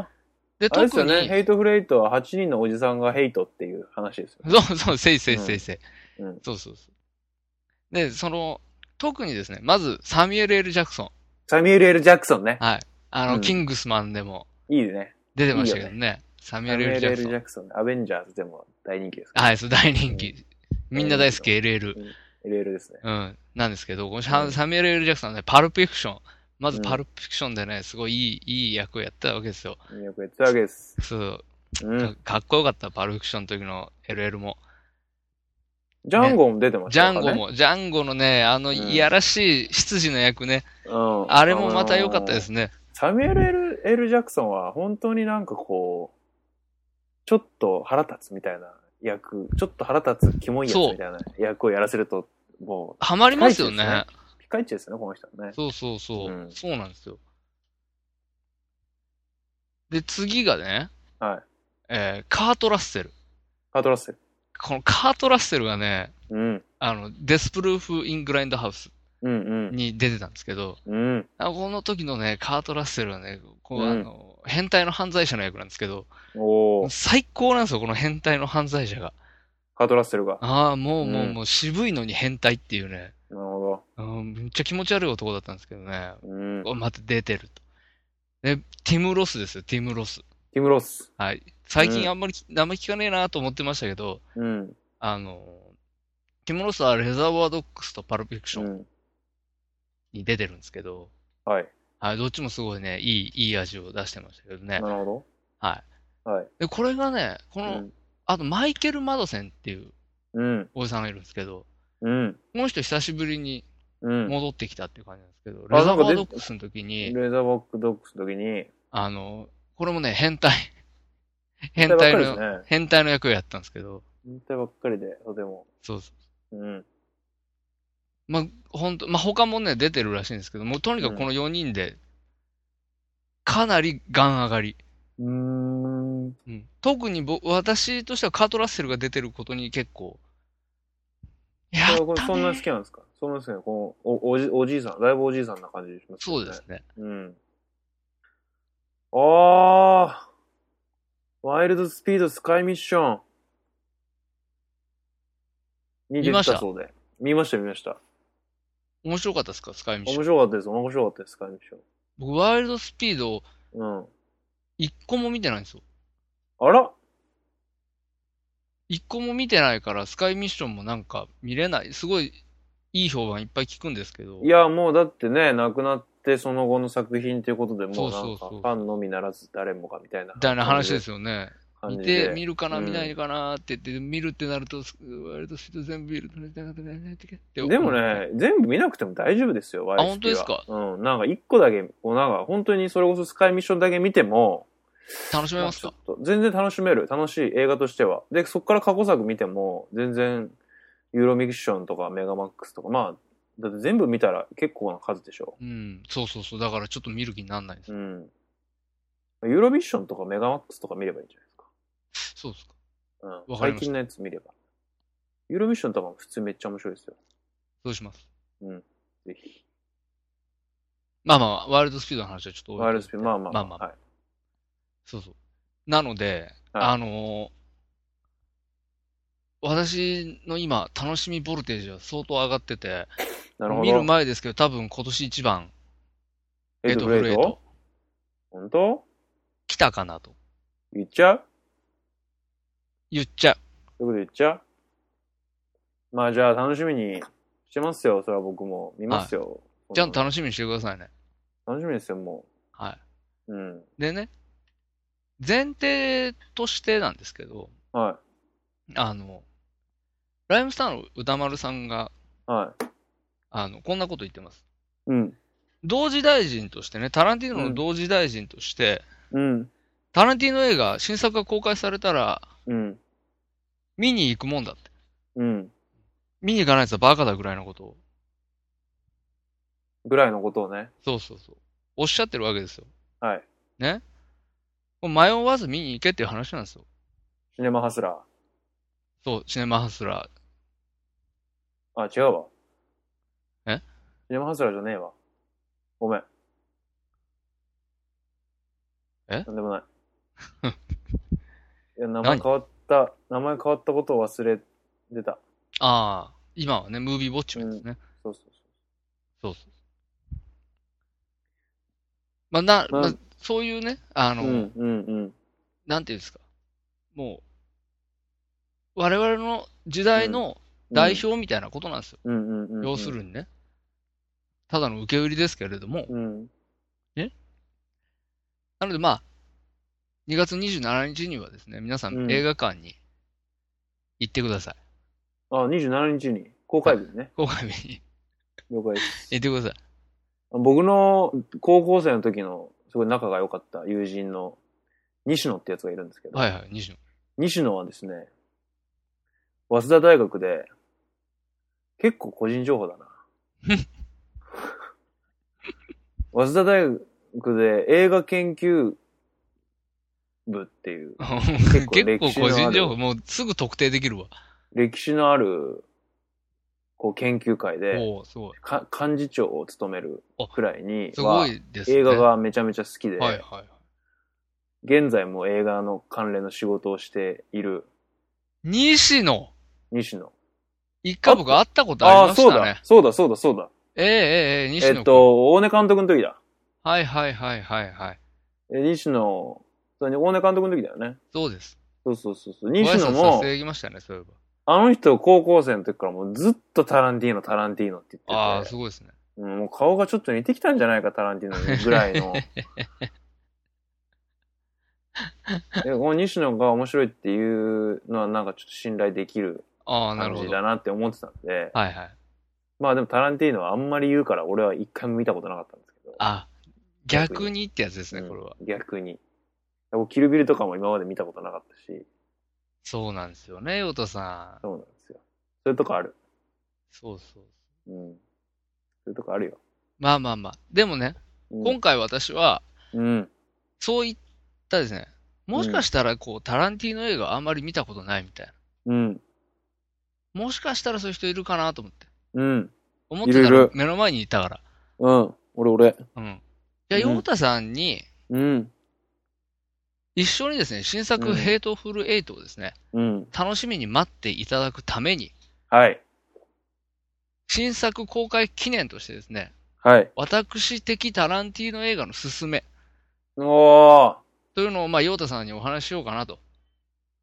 あですよあ、あれね。で、です特よに、ね。ヘイトフレイトは8人のおじさんがヘイトっていう話ですよね。そうそう、せいせいせいせい。うんそうそうそう。で、その、特にですね、まず、サミュエル・ L ・ジャクソン。サミュエル・エル・ジャクソンね。はい。あの、うんキングスマンでもいいね。出てましたけどね。サミュサエミル・ュ L ・エジル・エル・ャクソジン。ャクソン。アベンジャーズでも大人気ですから。。はいい、そう、大人気。みんな大好き、LL。 LL ですね。うん。なんですけど、このうサんサミュエル・エル・ジャクソンはね、パルプフィクション。まず、パルプフィクションでね、すごいいい、いい役をやったわけですよ。よくやってたわけです。そう。うん。かっこよかった、パルプフィクションの時の LL も。ジャンゴも出てましジたかャンらゴね。も、ジャンゴのね、あの、うんいやらしい執事の役ね、うん。あれもまた良かったであのーすね。サミュエル・エル・エルジャクソンは本当になんかこう、ちょっと腹立つみたいな役、ちょっと腹立つキモいやつそうみたいな役をやらせると、もハマりますよピカイチね。う、ピカイチですね、この人はね。そうそうそう。うんそうなんですよ。で、次がね、はい。えーカート・ラッセル。カートラッセル。このカート・ラッセルがね、うん。あの、デスプルーフ・イングラインドハウスうんに出てたんですけど、うん。うん。あこの時のね、カート・ラッセルはね、こう、うんあの、変態の犯罪者の役なんですけど、おー最高なんですよ、この変態の犯罪者が。カートラッセルが。ああ、もうもううんもう渋いのに変態っていうね、なるほうん、めっちゃ気持ち悪い男だったんですけどね、ど。うん。おまた出てると。で、ティム・ロスですよ、ティム・ロス。ティム・ロス。はい。最うん近あんまりき名前聞かねえなと思ってましたけど、うん。あの、ティム・ロスはレザーバードックスとパルプフィクシうョンん。に出てるんですけど、はい。はい、どっちもすごいね、いい、いい味を出してましたけどな。ねるほはど。はいい。。で、これがね、こうの、ん。あとマイケル・マドセンっていううん。おじさんがいるんですけど、うん。この人久しぶりにうん。戻ってきたっていう感じなんですけど、あレザーなんかバーでドックスの時レに、ザーバックドッグスの時に、あの、これもね、変態。変態ばっかりの、ですね。変態の役をやったんですけど、変態ばっかりで、とても。そうそう。うん。まあ、ほんと、まあ、他もね、出てるらしいんですけど、もうとにかくこの4人で、かなりガン上がり。うーん。うん、特に僕、私としてはカート・ラッセルが出てることに結構、やったねこれそんなに好きなんですかそんなに好きなのこのおおじおじいさん、だいぶおじいさんな感じしますよね。そうです。ね。うん。あー、ワイルドスピードスカイミッション。に出見まてしたたそうで。見ました、見ました。面白かったですかスカイミッショ面ン。白かったです、面白かったです、スカイミッショ僕、ワイルドスピードをン。一個も見てないんですよ。うん。あら一個も見てないから、スカイミッションもなんか見れない。すごい、いい評判いっぱい聞くんですけど。いや、もうだってね、亡くなってその後の作品ということで、もうなそんうかそうそフうァンのみならず誰もがみたいな。みたいな話ですよ。よね。見感じてで、見るかな、うん見ないかなって言って、見るってなると、割とスピード全部見ると、なかなかねってでも。ね、全部見なくても大丈夫ですよ、ワイルドスピードは本うん。なんか一個だけ、こうなんか本当にそれこそスカイミッションだけ見ても、楽しめますかまあちょっと全然楽しめる。楽しい映画としては。で、そっから過去作見ても、全然、ユーロミキションとかメガマックスとか、まあ、だって全部見たら結構な数でしょ。うん、そうそうそう。だからちょっと見る気にならないんですうよ。ん。ユーロミッションとかメガマックスとか見ればいいんじゃないですか。そうですか。うん、わかりました最近のやつ見れば。ユーロミッションとかも普通めっちゃ面白いですよ。どうしますうん。ぜひ。まあまあ、ワールドスピードの話はちょっと多いけどワイルドスピード、まあまあ。まあまあはい。そうそう。なので、はいあのー私の今、楽しみボルテージは相当上がってて、なるほど。見る前ですけど、多分今年一番、デッドフレート本当来たかなと。言っちゃう言っちゃう。そういうこと言っちゃうまあじゃあ楽しみにしてますよ。それは僕も。見ますよ。ちゃんと楽楽しみにしてくださいね。しみですよ、もはう。うん。い。でね、前提としてなんですけど、はあの、ライムスターの歌丸さんが、い。はい。あの、こんなこと言ってます。うん。同時代人としてね、タランティーノの同時代人として、うん。タランティーノ映画、新作が公開されたら、うん。見に行くもんだって。うん。見に行かないやつはバカだぐらいのことを、ぐらいのことをね。そうそうそう、おっしゃってるわけですよ。はい。ねもう迷わず見に行けっていう話なんですよ。シネマハスラそう、シネマハスラー。ー。あ、違うわ。えシネマハスラーじゃねえわ。ごめん。えなんで もない。いや、名前変わった、名前変わったことを忘れてた。ああ、今はね、ムービーウォッチメンですね。そうそうそうそう。まあ、な、まあまあ、そういうね、あの、そう。うん、うん、うん。なんていうんですか。もう、我々の時代の代表みたいなことなんですよ。うん、うん、うん。要するにね。ただの受け売りですけれども、うん。なのでまあ、2月27日にはですね、皆さうんん映画館に行ってください。あ、27日に公開日ね。公開 日に了解です。行ってください。僕の高校生の時のすごい仲が良かった友人の西野ってやつがいるんですけど、はいはい、西野。西野はですね、早稲田大学で、結構個人情報だな。 早稲田大学で映画研究部っていう 結構歴史のある構個人情報、もうすぐ特定できるわ。歴史のあるこう研究会でおおすごい。か幹事長を務めるくらいにすはごいですね。映画がめちゃめちゃ好きで、はいは現在も映画の関連の仕事をしているい。西野西野。一回僕会ったことあありあ、まそしうただね。。そうだ、そうだ、そうだ。ええええええ西野え君っ。と、大根監督の時だ。はいはいはいはいはい。え西野、それに大根監督の時だよね。そうです。そうそうそうそう。ご挨西野拶させも、ていきましたね、そういえあの人高校生の時からもうずっとタランティーノ、タランティーノってば。言っああ、てすて、ごいですね。うん、もう顔がちょっと似てきたんじゃないか、タランティーノにぐらい の。でこの西野が面白いっていうのはなんかちょっと信頼できるああ、な感るほじど。だなって思ってたんで、はいはい。まあでもタランティーノはあんまり言うから俺は一回も見たことなかったんですけど。あ、逆にってやつですね、うんこれは。逆に。僕キルビルとかも今まで見たことなかったし、そうなんですよね、ヨタさん。そうなんですよ。そういうとこある。そうそう。うん。そういうとこあるよ。まあまあまあ。でもね、うん今。回私は、うん。そういったですね、もしかしたらこう、タランティーノ映画あんまり見たことないみたいな。うん。もしかしたらそういう人いるかなと思って。うん。思ってたいるいらる目の前にいたから。うん。俺俺。うん。じゃあ、ヨタさんに、うん。一緒にですね、新作うんヘイトフルエイトをですね、うん。楽しみに待っていただくために、はい。新作公開記念としてですね、はい。私的タランティーノ映画のすすめおー。というのを、まあ、ヨタさんにお話ししようかなと。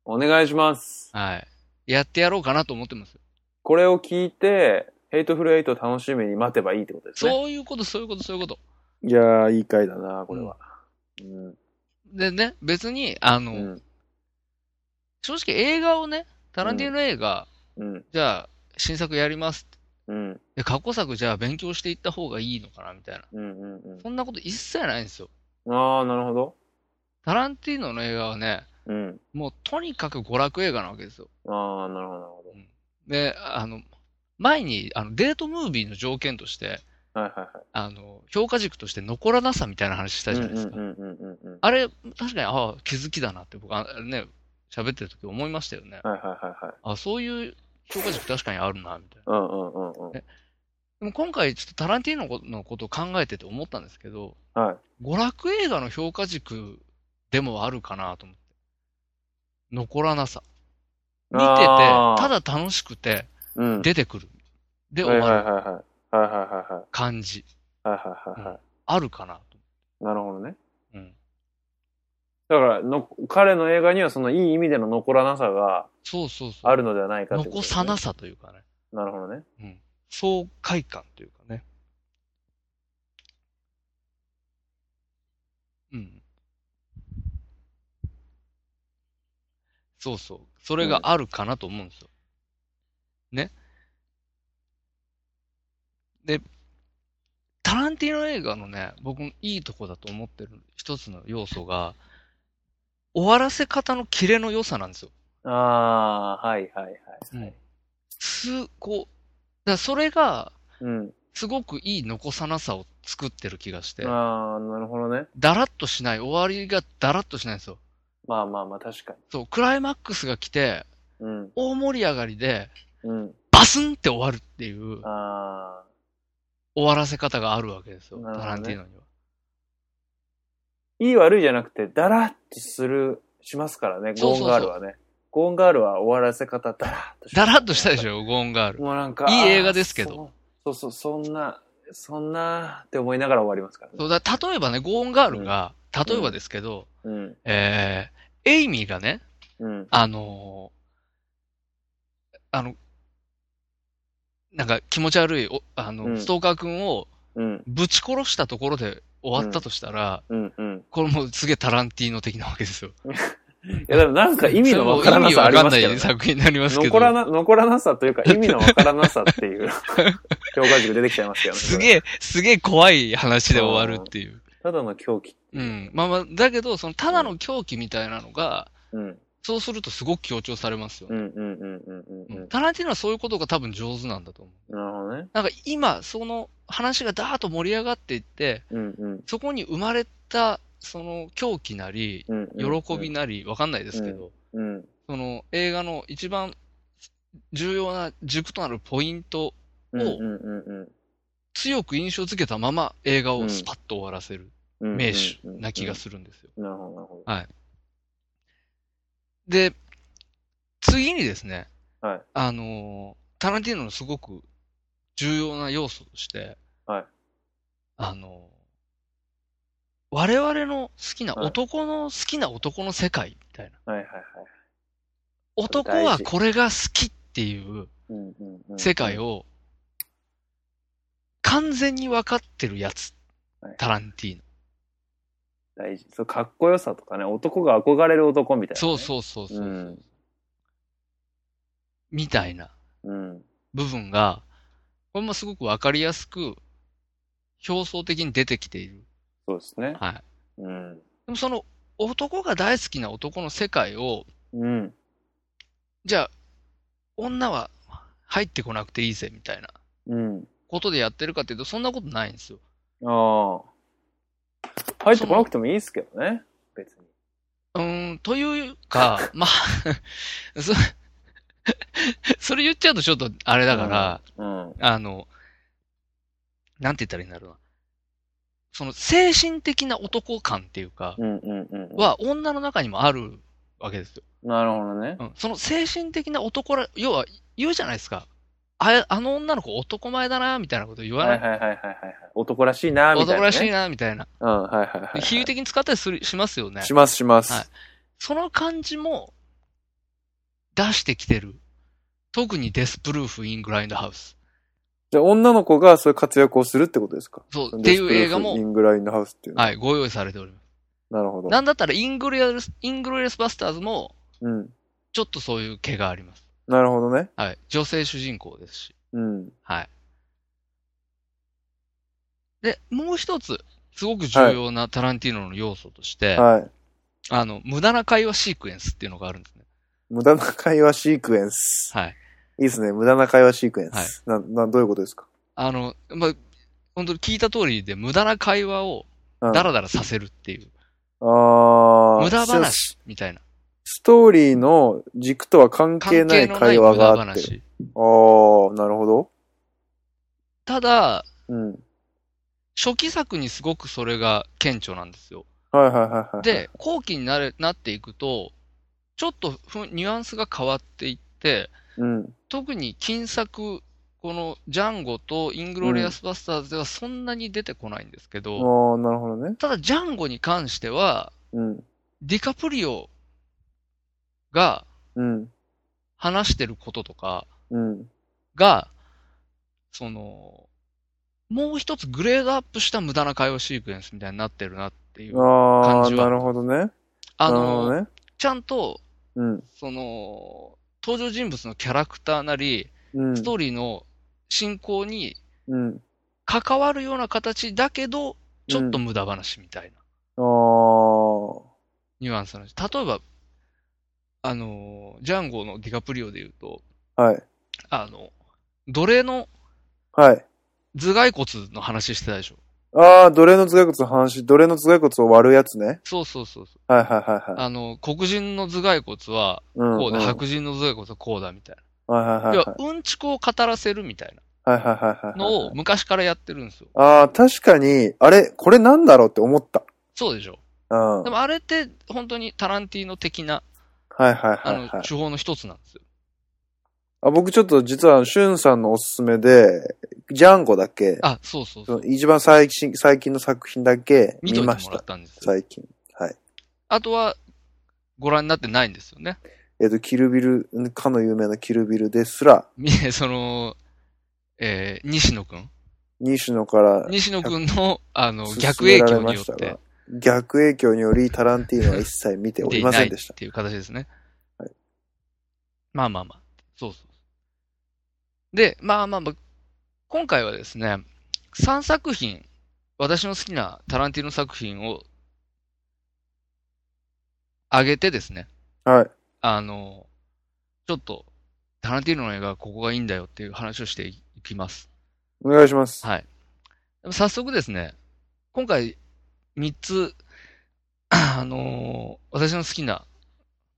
お願いします。はい。やってやろうかなと思ってます。これを聞いて、ヘイトフルエイトを楽しみに待てばいいってことですね。そういうこと、そういうこと、そういうこと。いやー、いい回だな、これは。うん。でね、別に、あうの、ん。正直映画をね、タランティーノ映画、うん。じゃあ、新作やりますって。うん。で、過去作じゃあ勉強していった方がいいのかな、みたいな。うん。うん。そんなこと一切ないんですよ。あー、なるほど。タランティーノの映画はね、うん。もうとにかく娯楽映画なわけですよ。あー、なるほど、なるほで、あの、前に、あの、デートムービーの条件として、ど。はいはいはい。あの、評価軸として残らなさみたいな話したじゃないですか。うんうんうんうんうんうん。あれ、確かに、ああ、気づきだなって僕、あね、喋ってる時思いましたよね。はいはいはいはい。あそういう評価軸確かにあるな、みたいな。うんうんうんうん。でも今回ちょっとタランティーノのことのことを考えてて思ったんですけど、はい。娯楽映画の評価軸でもあるかなと思って。残らなさ。見てて、あーただ楽しくて、うん。出てくる。で、はい終はいはわいるはい。はいはいはいはい。感じ。はいはいはいはあるかなと。い。なるほどね。うん。だからの、彼の映画にはそのいい意味での残らなさがそうそうそう。あるのではないかってこと残ですさねなさというかね。なるほどね。うん。爽快感というかね。うん。そうそう。それがあるかなと思うんですよ。ね。で、タランティーノ映画のね、僕のいいとこだと思ってる一つの要素が、終わらせ方のキレの良さなんですよ。ああ、はいはいはいはい。す、こう、だからそれが、うん。すごくいい残さなさを作ってる気がして、ああ、なるほどね。だらっとしない、終わりがだらっとしないんですよ。まあまあまあ、確かそう、クライマックスが来て、に。うん。大盛り上がりで、うん。バスンって終わるっていう、あ終わらせ方があるわけですよ、なるほタどねランティーノには。あ、いい悪いじゃなくて、だらっとする、しますからね。そうゴそうーそうンガールはね。ゴーンガールは終わらせ方、だらっとしだらっとしたでしょ、ゴーンガール。もうなんか。いい映画ですけどそう。そうそう、そんな、そんなって思いながら終わりますからそね。うだ例えばね、ゴーンガールが、例えばですけど、うん。えー、エイミーがね、うん。あのーあの、なんか気持ち悪い、おあの、うんストーカー君をうん。ぶち殺したところで終わったとしたら、うん。うん。これもうすげえタランティーノ的なわけですよ。いや、でもなんか意味のわからなそさあれりもます意味けどねわかんない。作品になりますけど。残らな、残らなさというか意味のわからなさって いう評価軸出てきちゃいますけどね。すげえ、すげえ怖い話で終わるっていう。ただの狂気。うん。まあまあ、だけど、そのただの狂気みたいなのが、うん。そうするとすごく強調されますようね。んうんうんうんうん。ううんん、タランティーノはそういうことが多分上手なんだと思う。なるほどね。なんか今、その話がダーッと盛り上がっていって、うんうん。そこに生まれた、その狂気なり、うんうん喜びなり、わかんないですけど、うん。その映画の一番重要な軸となるポイントうんうんうん強く印象付けたまま映画をスパッと終わらせるうん。名手な気がするんですよ。る。なるほどなるほで、次にですね、はいあのー、タランティーノのすごく重要な要素として、はいあのー、我々の好きな男の、好きな男の世界みたいな。ど。はいはいはい。男大事はこれが好きっていううんうんうん。世界を完全に分かってるやつはい。タランティーノ。大事。そう、かっこよさとかね、男が憧れる男みたいなね。そうそうそうそうそう。うんみたいなうん。部分が、これもすごくわかりやすく、表層的に出てきている。そうですね。はい。うん。でもその、男が大好きな男の世界を、うん。じゃあ、女は入ってこなくていいぜ、みたいなうん。ことでやってるかっていうと、そんなことないんですよ。ああ。入ってこなくてもいいですけどね。別に。うーん、という か、まあ、そ、それ言っちゃうとちょっと、あれだから、うん。あの、なんて言ったらいいんだろうな。その精神的な男感っていうか、うんうんうんうん。は女の中にもあるわけですよ。なるほどね。うん、その精神的な男ら、要は言うじゃないですか。ああの女の子男前だな、みたいなこと言わはいな。はいいはいはいはいはい。男らしいな、みたいな、ね。男らしいな、みたいな。うん、はいはいはい。比喩的に使ったりするしますよね。しますします。はいその感じも出してきてる。特にデスプルーフ・イン・グラインドハウス。じゃあ女の子がそういう活躍をするってことですかそう、っていう映画デスプルーフイも、ングラインドハウスっていうのは。はい、ご用意されております。なるほど。なんだったらイングリアルス、イングリアルスバスターズも、うん。ちょっとそういう毛があります。なるほどね。はい。女性主人公ですし。うん。はい。で、もう一つ、すごく重要なタランティーノの要素として、はい。あの、無駄な会話シークエンスっていうのがあるんですね。無駄な会話シークエンス。はい。いいですね。無駄な会話シークエンス。な、な、どういうことですかあの、まあ、本当に聞いた通りで、無駄な会話をうんダラダラさせるっていう、あー無駄そう話みたいな。ストーリーの軸とは関係関な係いのない会無話駄があって。話。あー、なるほど。ただ、うん。初期作にすごくそれが顕著なんですよ。はいはいはいはい。、で、後期になれなっていくと、ちょっとふニュアンスが変わっていって、うん。特に金作、このジャンゴとイングロリアスバスターズではそんなに出てこないんですけああど、ー、なるほどね。ただジャンゴに関しては、うん。ディカプリオがうん。話してることとかうん。が、その、もう一つグレードアップした無駄な会話シークエンスみたいになってるなっていう。あ感あ、じはなるほどね。あなるほの、どね。ちゃんと、うん。その、登場人物のキャラクターなり、うん。ストーリーの進行にうん。関わるような形だけど、ちょっと無駄話みたいなああ。ニュアンスなんです。例えば、あの、ジャンゴのディカプリオで言うと、はい。あの、奴隷のはい。頭蓋骨の話してたでしょ。ああ、奴隷の頭蓋骨の話、奴隷の頭蓋骨を割るやつね。そうそうそうそう。はいはいはいはい。あの、黒人の頭蓋骨はうん。こうで、うん白人の頭蓋骨はこうだみたいはいはいな。はい要はい。は、うんちくを語らせるみたいはいはいはいは。ないのを昔からやってるんですよ。ああ、確かに、あれ、これなんだろうって思った。そうでしょ。うん。でもあれって本当にタランティーノ的な、はいはいあはい、はの、い手法の一つなんですよ。あ。僕ちょっと実は、シュンさんのおすすめで、ジャンゴだけ、あ、そうそうそそうの。一番最近最近の作品だけ見見といてもましらた。ったんですよ。最近。はい。あとは、ご覧になってないんですよね。えっ、と、キルビル、かの有名なキルビルですら、み その、えー西野くん西野から西野くんの、あの、逆勧め影られ響にまよっしたてが、、逆影響によりタランティーノは一切見ておでりいまなせんいっでした。ていう形ですね。はいまあまあまあ。そうそう。で、まあまあまあ、今回はですね、3作品、私の好きなタランティーノ作品を上げてですね、はい。あの、ちょっと、タランティーノの映画ここがいいんだよっていう話をしていきます。お願いします。はい。早速ですね、今回3つ、あのー私の好きな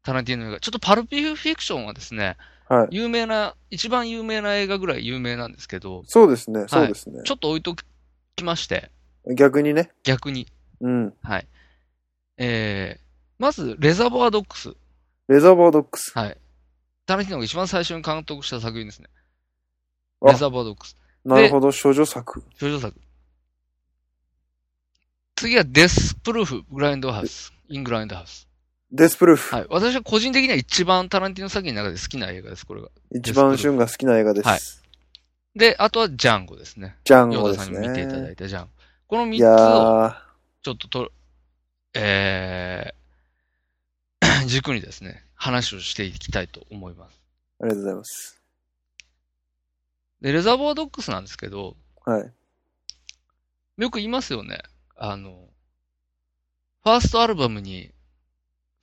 タランティーノの映画、ちょっとパルピフィクションはですね、はい。有名な、一番有名な映画ぐらい有名なんですけど、そうですね、そうですね。ちょっと置いときまして、逆にね。逆に。うん。はい。えー、まず、レザーボアドックス。レザーバードックス。はい。タランティーノが一番最初に監督した作品ですね。あレザーボアドックス。なるほど、少女作。表情作。次はデスプルーフ、グラインドハウス。イングラインドハウス。デスプルーフ。はい。私は個人的には一番タランティーノ作品の中で好きな映画です、これが。一番旬が好きな映画です。はいで、あとはジャンゴですね。ジャンヨゴーでダさすんに見ていただね。いたジャンゴ。このい3やつをー、ちょっとと、えー、 軸にですね、話をしていきたいと思います。ありがとうございます。で、レザーボードックスなんですけど、はい。よく言いますよね。あの、ファーストアルバムに、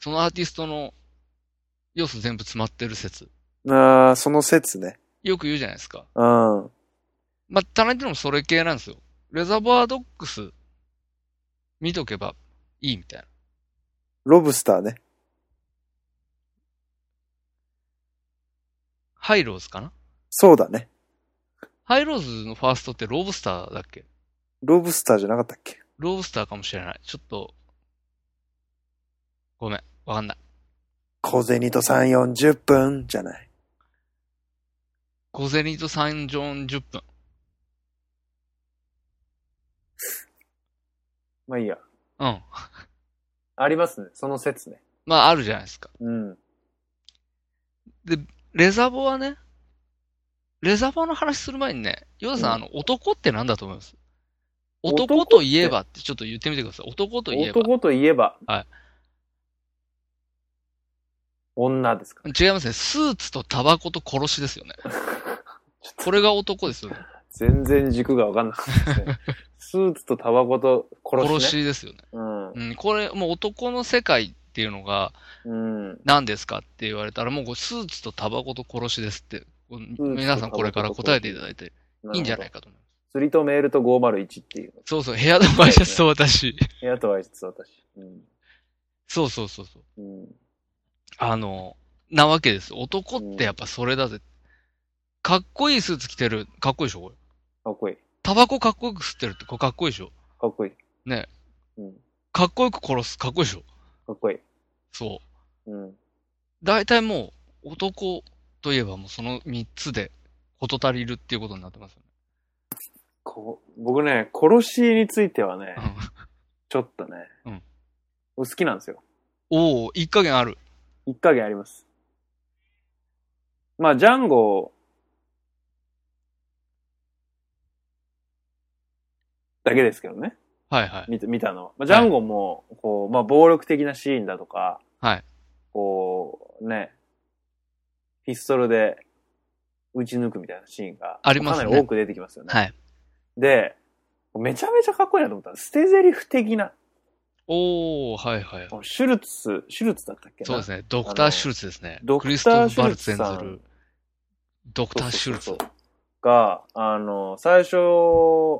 そのアーティストの要素全部詰まってる説。あー、その説ね。よく言うじゃないですか。うん。まあ、タランティーノもそれ系なんですよ。レザーバードックス、見とけばいいみたいな。ロブスターね。ハイローズかなそうだね。ハイローズのファーストってローブスターだっけロブスターじゃなかったっけローブスターかもしれない。ちょっと、ごめん。わかんない。小銭と3、4、10分じゃない。小銭と3ジョン10分。まあいいや。うん。ありますね。その説ね。まあ、あるじゃないですか。うん。レザボはね、レザボの話する前にね、ヨダさん、あの、男って何だと思います男って男といえばってちょっと言ってみてください。男といえば。男といえば。はい。女ですか違いますね。スーツとタバコと殺しですよ ね。これが男ですよね。全然軸がわかんなかったで すね。スーツとタバコと殺し、ね。殺しですよね。うん。うん。これ、もう男の世界っていうのがうん。何ですかって言われたら、もうこれスーツとタバコと殺しですって、こうと皆さんこれから答えていただいていいんじゃないいかと思います。釣りとメールと501っていう。そうそう、部屋のバイシャツと私。部屋とは実は私。うん。そうそうそうそう。うん。あの、なわけです。男ってやっぱそれだぜ。かっこいいスーツ着てる。かっこいいでしょ、これ。かっこいい。タバコかっこよく吸ってるって、これかっこいいでしょ。かっこいい。ね。うん。かっこよく殺す、かっこいいでしょ。かっこいい。そう。うん。大体もう、男といえばもうその3つで、事足りるっていうことになってますよね。こ僕ね、殺しについてはね、ちょっとね、うんお好きなんですよ。おお、一加減ある。一加減あります。まあ、ジャンゴだけですけどね。はいはい。見た見たのは。まあ、ジャンゴも、こう、まあ、暴力的なシーンだとか、はいこう、ね、ピストルで撃ち抜くみたいなシーンが、ありますねかなり多く出てきますよね。はい。で、めちゃめちゃかっこいいなと思ったの捨て台詞的な、おおはいはい。シュルツ、シュルツだったっけなそうですね。ドクター・シュルツですね。ドクリクストターフ・シュバルルツツ演さんずる、ドクター・シュルツそう。そうそうが、あの、最初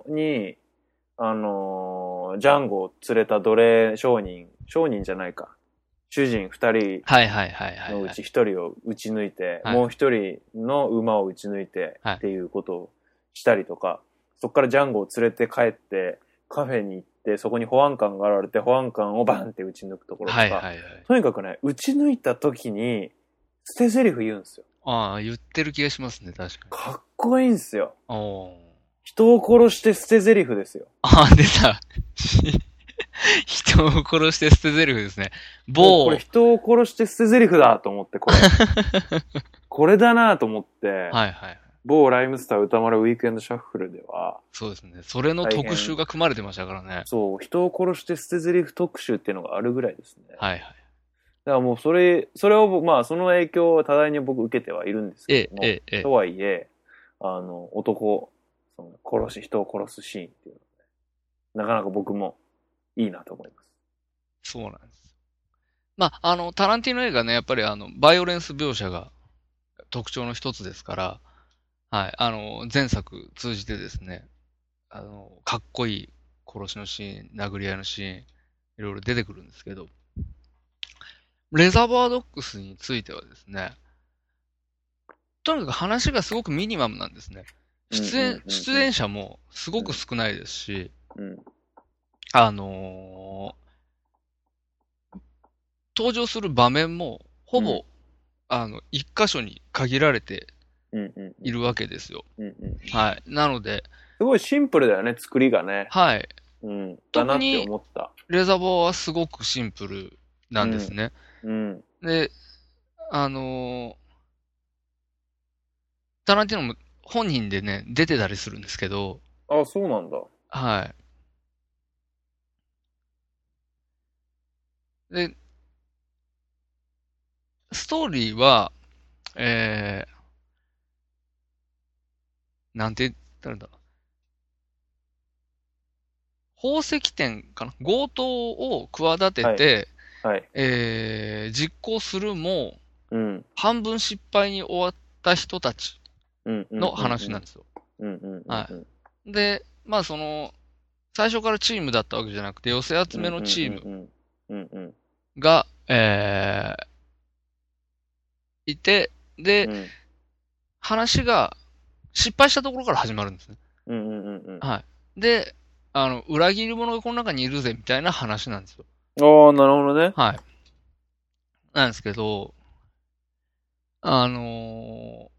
に、あの、ジャンゴを連れた奴隷商人、商人じゃないか。主人二人はいはいはいはいのうはい。ち一人を撃ち抜いて、はいもう一人の馬を撃ち抜いて、はいっていうことをしたりとか、そこからジャンゴを連れて帰って、カフェに行って、そこに保安官が現れて、保安官をバンって撃ち抜くところとか、はいはいはい。とにかくね、撃ち抜いた時に、捨て台詞言うんですよ。ああ、言ってる気がしますね、確かに。かっこいいんですよ。おお人を殺して捨て台詞ですよ。ああ、出た。 し人を殺して捨て台詞ですね。こ某れ、人を殺して捨て台詞だと思って、こ れ。これだなと思って、はいはい。某ライムスター歌丸ウィークエンドシャッフルでは、そうですね。それの特集が組まれてましたからね。そう、人を殺して捨て台詞特集っていうのがあるぐらいですね。だかはいはい。らもうそれ、それを僕、まあその影響を多大に僕受けてはいるんですけええど、も、ええ、ええと。はいえ、あの、男、その殺し、人を殺すシーンっていうのはね、なかなか僕もいいなと思います。そうなんです。まあ、あの、タランティーノ映画ね、やっぱりあの、バイオレンス描写が特徴の一つですから、はい、あの、前作通じてですね、あの、かっこいい殺しのシーン、殴り合いのシーン、いろいろ出てくるんですけど、レザーバードックスについてはですね、とにかく話がすごくミニマムなんですね。出うんうん演う、んうん出演者もすごく少ないですし、うん。あのー登場する場面も、ほぼ、うんあの、一箇所に限られてうんうんいるわけですよ。うんうん。はい。なので、すごいシンプルだよね、作りがね。はい。うん。だな特っにて思った。レザーバーはすごくシンプルなんですね。うん。で、あのータランティーノも本人でね、出てたりするんですけど、あ、そうなんだ。はい。で、ストーリーは、えー、なんて言ったらいいんだろう。宝石店かな強盗を企てて、はい。えー、実行するも、うん。半分失敗に終わった人たちうん。の話なんですよ。うんうんうん。。はいで、まあその、最初からチームだったわけじゃなくて、寄せ集めのチームム。うんうん。が、えー、いて、で、うん話が失敗したところから始まるんですね。うんうんうんうん。あはい。で、あの、裏切り者がこの中にいるぜ、みたいな話なんですよ。あ、なるほどね。はい。なんですけど、あの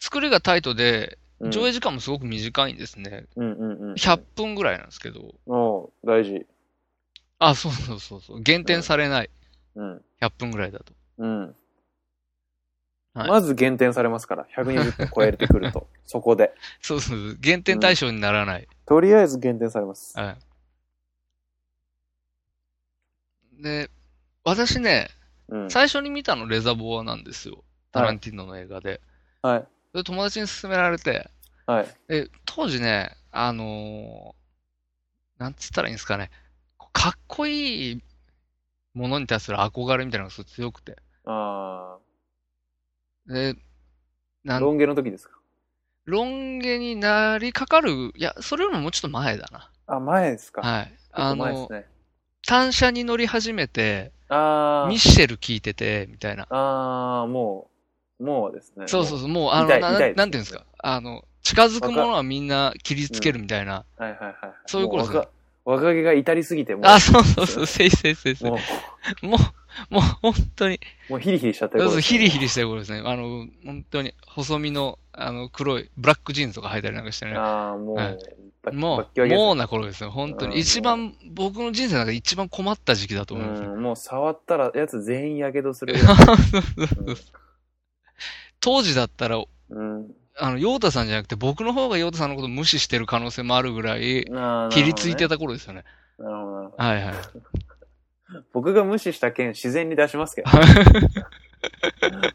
ー作りがタイトで、うん上映時間もすごく短いんですね。うんうんうん。 100分ぐらいなんですけど、おう大事。あ、そうそうそうそう。減点されない。うん。 100分ぐらいだと。うん。はいまず減点されますから、120分超えてくる と。そこで。そうそうそう。減点対象にならない。とりあえず減点されます。はい。で、私ね、うん。最初に見たのレザボアなんですよ。タランティーノの映画で。はい。で友達に勧められて、はい。え、当時ね、あのーなんつったらいいんですかね、こうかっこいいものに対する憧れみたいなのがすごい強くて。あで、なあ。んロン毛の時ですかロン毛になりかかる、いや、それよりももうちょっと前だな。あ、前ですか。はい。結あ構前でのす、ね。単車に乗り始めて、ああミ。ッシェル聞いてて、みたいな。ああ、ももうですね。そうそうう。そう、もう、あの、痛いな痛いですねなんていうんですか、あの、近づくものはみんな切りつけるみたいな。はいはいはいはい。そういうことですねも若若気が至りすぎて、もう、あ、そうそうそう、せいせいせいせい。ももう、もう、本当に、う、もうヒリヒリしちゃってそうそうヒリヒリ。リしてる頃ですね。あの、本当に、細身の、あの、黒い、ブラックジーンズとか履いたりなんかしてね。ああ、もう、はいバッバもッキう、バキですねもうな頃ですよ、本当うんに。一番、僕の人生の中で一番困った時期だと思いますね。。うん、もう触ったら、やつ全員やけどする そうそうそう当時だったら、うん。あの、ヨータさんじゃなくて、僕の方がヨータさんのこと無視してる可能性もあるぐらい、あー切りついてなるた頃ですよね。ほどねなるほどなるほはい はい。ど。僕が無視した件、自然に出します けど。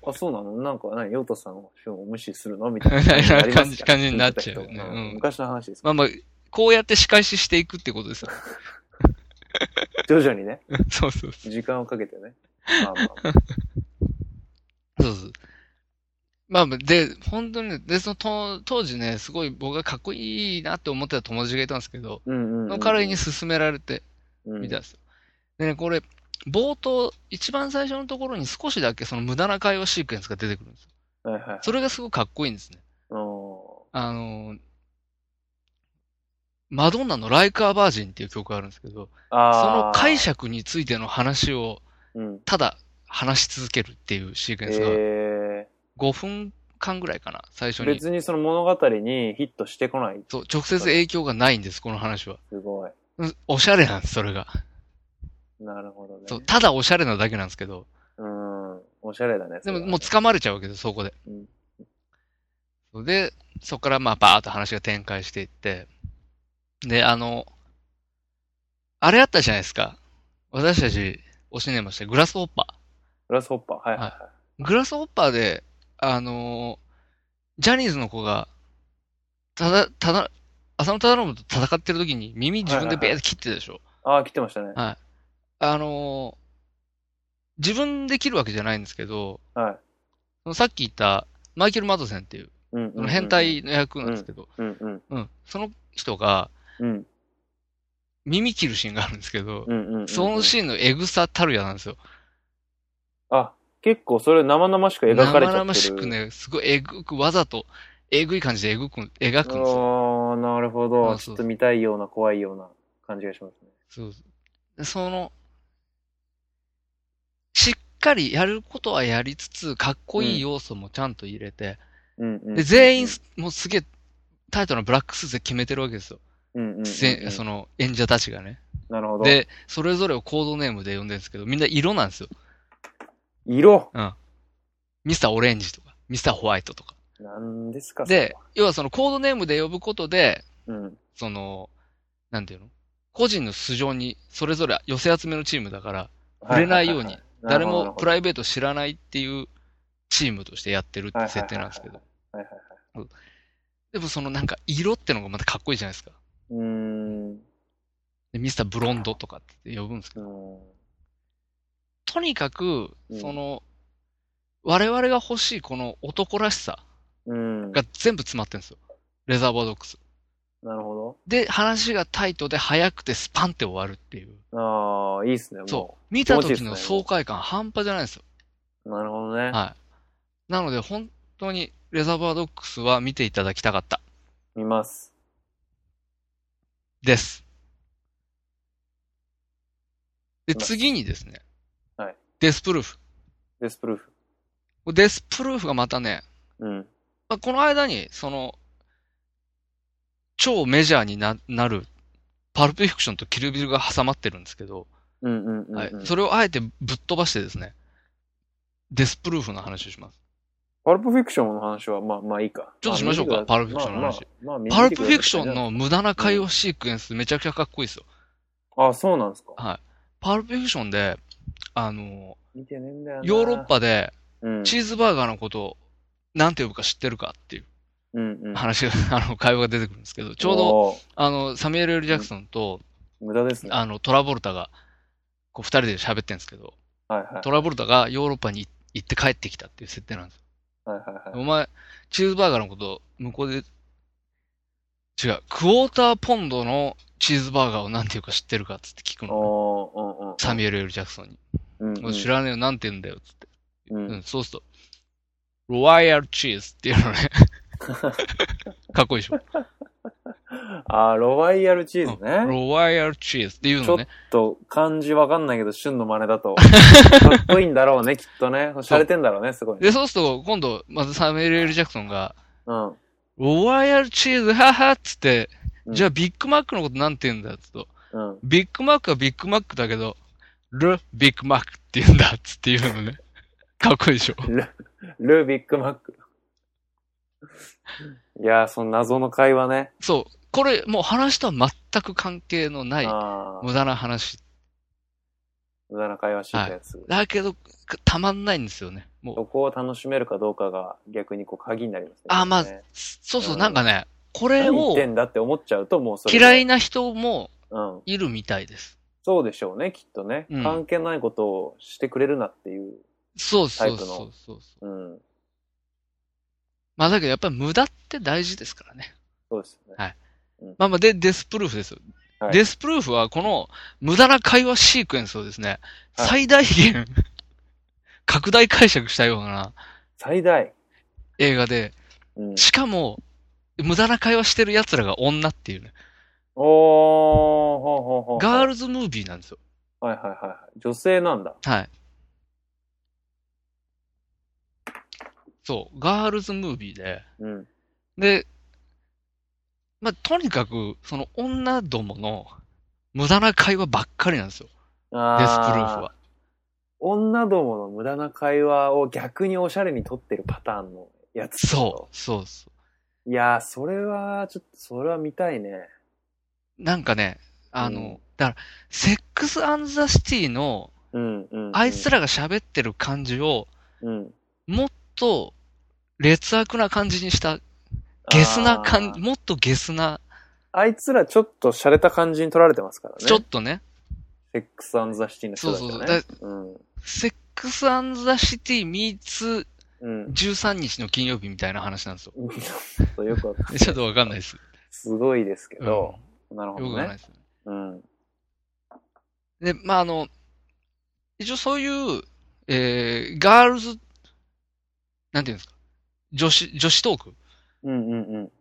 あ、そうなのなんか、何、ヨウトさんを無視するのみたいみたいな。 なありますから感じになっちゃ うよねうん昔の話です。まあまあ、こうやって仕返ししていくってことですよ。 徐々にね、そうそうそ時間をかけて ね。まあまあまあう。そうそう。まあまあ、で、本当にね、で、そのと当時ね、すごい僕がかっこいいなって思ってた友達がいたんですけど、うんうんうん。その彼に勧められて、うん、みたいですよ。でね、これ、冒頭、一番最初のところに少しだけその無駄な会話シークエンスが出てくるんですよ。はいはい。それがすごくかっこいいんですね。あのあのー、マドンナの Like a Virgin っていう曲があるんですけど、その解、釈についての話をうん、ただ話し続けるっていうシークエンスがえ5分間ぐらいかな、最ー、初に。別にその物語にヒットしてこない。そう、直接影響がないんです、この話は。すごい。うんおしゃれなんです、それが。なるほどね。そう、ただおしゃれなだけなんですけど。うん。おしゃれだね。でもそれはねもう掴まれちゃうわけです、そこでうん。そうで、そこからまあバーッと話が展開していって、で、あの、あれあったじゃないですか。私たち、おしねました、グラスホッパグラスホッパー。はいはいはー。グラスホッパーで、あの、ジャニーズの子が、ただ、ただ、浅野忠信と戦ってる時に耳自分でベーって切ってたでしょ。い。ああ、切ってましたね。あの、自分で切るわけじゃないんですけど、はい。そのさっき言ったマイケル・マドセンっていう、うんうんその変。態の役なんですけど、うんうん。うん、その人がうん耳切るシーンがあるんですけど、うんうんうん。そのシーンのエグさたるやなんですよ。あ、結構それ生々しく描かれちゃってる。生々しくね、すごいえぐく、わざと、えぐい感じでえぐく、あ描くんですよ。ーなるほそど。うちそょうっと見たいような怖いような感じがしますね。そうでその、しっかりやることはやりつつ、かっこいい要素もちゃんと入れて、うんうん。で、全員、もうすげえ、タイトなブラックスーツで決めてるわけですよ。うんうんうんうんせその、演者たちがね。なるほど。で、それぞれをコードネームで呼んでるんですけど、みんな色なんですよ。色ミスターオレンジとか、ミスターホワイトとか。なんですかで、、要はそのコードネームで呼ぶことで、それはうん。その、なんていうの個人の素性にそれぞれ寄せ集めのチームだから、触れないように、はい誰はいはいもプライベート知らないっていうチームとしてやってるって設定なんですけど。はいはいはいでもそのなんか色ってのがまたかっこいいじゃないですか。うーん。でミスターブロンドとかって呼ぶんですけうど、んとにかくう、んその、我々が欲しいこの男らしさうん。が全部詰まってるんですよ。レザーバードックス。なるほで、話がタイトで早くてスパンって終わるっていう。ど。ああ、いいっすね。。そうう。見た時の爽快感半端じゃないんですよ。なるほどね。はい。なので本当にレザーバードックスは見ていただきたかった。見ます。です。で、見ます次にですね。はい。デスプルーフ。デスプルーフ。デスプルーフがまたね、うん。まあ、この間に、その、超メジャーにななる、パルプフィクションとキルビルが挟まってるんですけど、うんうんうん、うんはい。それをあえてぶっ飛ばしてですね、デスプルーフの話をします。パルプフィクションの話は、まあまあいいか。ちょっとしましょうかあパルプフィクションの話。まあまあまあ見てパルプくフださいィクションの無駄な会話シークエンスめちゃくちゃかっこいいですよ。あ、そうなんですか。はい。パルプフィクションで、あの、見てねえんだよな。ヨーロッパでうん、チーズバーガーのことをなんて呼ぶか知ってるかっていううんうん、話が、 あの、会話が出てくるんですけど、ちょうど、ど。あの、サミュエル・ L ・ジャクソンと、無駄ですね。あの、トラボルタが、こう、二人で喋ってるんですけど、はいはい。トラボルタがヨーロッパに行って帰ってきたっていう設定なんですよ。はいはいはい。お前、チーズバーガーのこと、向こうで、違う、クォーターポンドのチーズバーガーをなんていうか知ってるかっつって聞くの。おー、うんうん。サミュエル・ L ・ジャクソンに。うんうん、知らねえよ、なんて言うんだよ、つって。うんうん、そうすると、ロワイヤルチーズってい うのね。かっこいいでしょ。あー、ロワイヤルチーズね。ロワイヤルチーズっていうちょのっね。と漢字わかんないけど、旬の真似だ と。かっこいいんだろうね、きっとね。洒落てんだろうね、すごいね。で、そうすると、今度、またサムエル・ L ・ジャクソンが、うん。ロワイヤルチーズ、ははっつって、うんじゃあビッグマックのことなんて言うんだっつうと、うん。ビッグマックはビッグマックだけど、ル・ビッグマックって言うんだっつっていう のね。かっこいいでしょ。ル、ルービックマック。いやー、その謎の会話ね。そう。これ、もう話とは全く関係のない、ああ、無駄な話。無駄な会話してたやつ。だけど、たまんないんですよね。もう、そこを楽しめるかどうかが逆にこう鍵になりますね。あまあね、そうそうう、んなんかね、これ何言っをてんだって思っちゃうともうそれ。嫌い。な人もうん。いるみたいです。そうでしょうね、きっとね。うん関係ないことをしてくれるなっていう。そうそうタイプのそうそう。うん。まあだけどやっぱり無駄って大事ですからね。そうですよね。まあまあで、デスプルーフですよ。はいデスプルーフはこの無駄な会話シークエンスをですね、はい最大限 拡大解釈したような最大。映画で、うん。しかも無駄な会話してる奴らが女っていうね、おー、ほうほうほう。ガールズムービーなんですよ。はいはいはいはい。女性なんだ。はい。そう、ガールズムービーで、うん。で、まあ、とにかく、その女どもの無駄な会話ばっかりなんですよ。あデスプルーフは。女どもの無駄な会話を逆におしゃれに撮ってるパターンのやつ。。そう、そうそういやー、それは、ちょっと、それは見たいね。う。なんかね、あの、うんだから、セックスアンドザシティの、うん、うん。あいつらが喋ってる感じを、うん。もっと、劣悪な感じにした、ゲスな感あじ、ーもっとゲスな、あいつらちょっと洒落た感じに撮られてますからね。ちょっとね、セックスアンドザシティの人たちそうはそねう。セックスアンドザシティ meets うん。 うん。 13日の金曜日みたいな話なんですよ。ちょっとよくわかんない。ちょっとわかんないです。すごいですけうんど。なるほよくどわかんないねで。す。うん。で、まあ、あの、一応そういう、えー、ガールズ、なんていうんですか、女子、女子トークうんうんうん。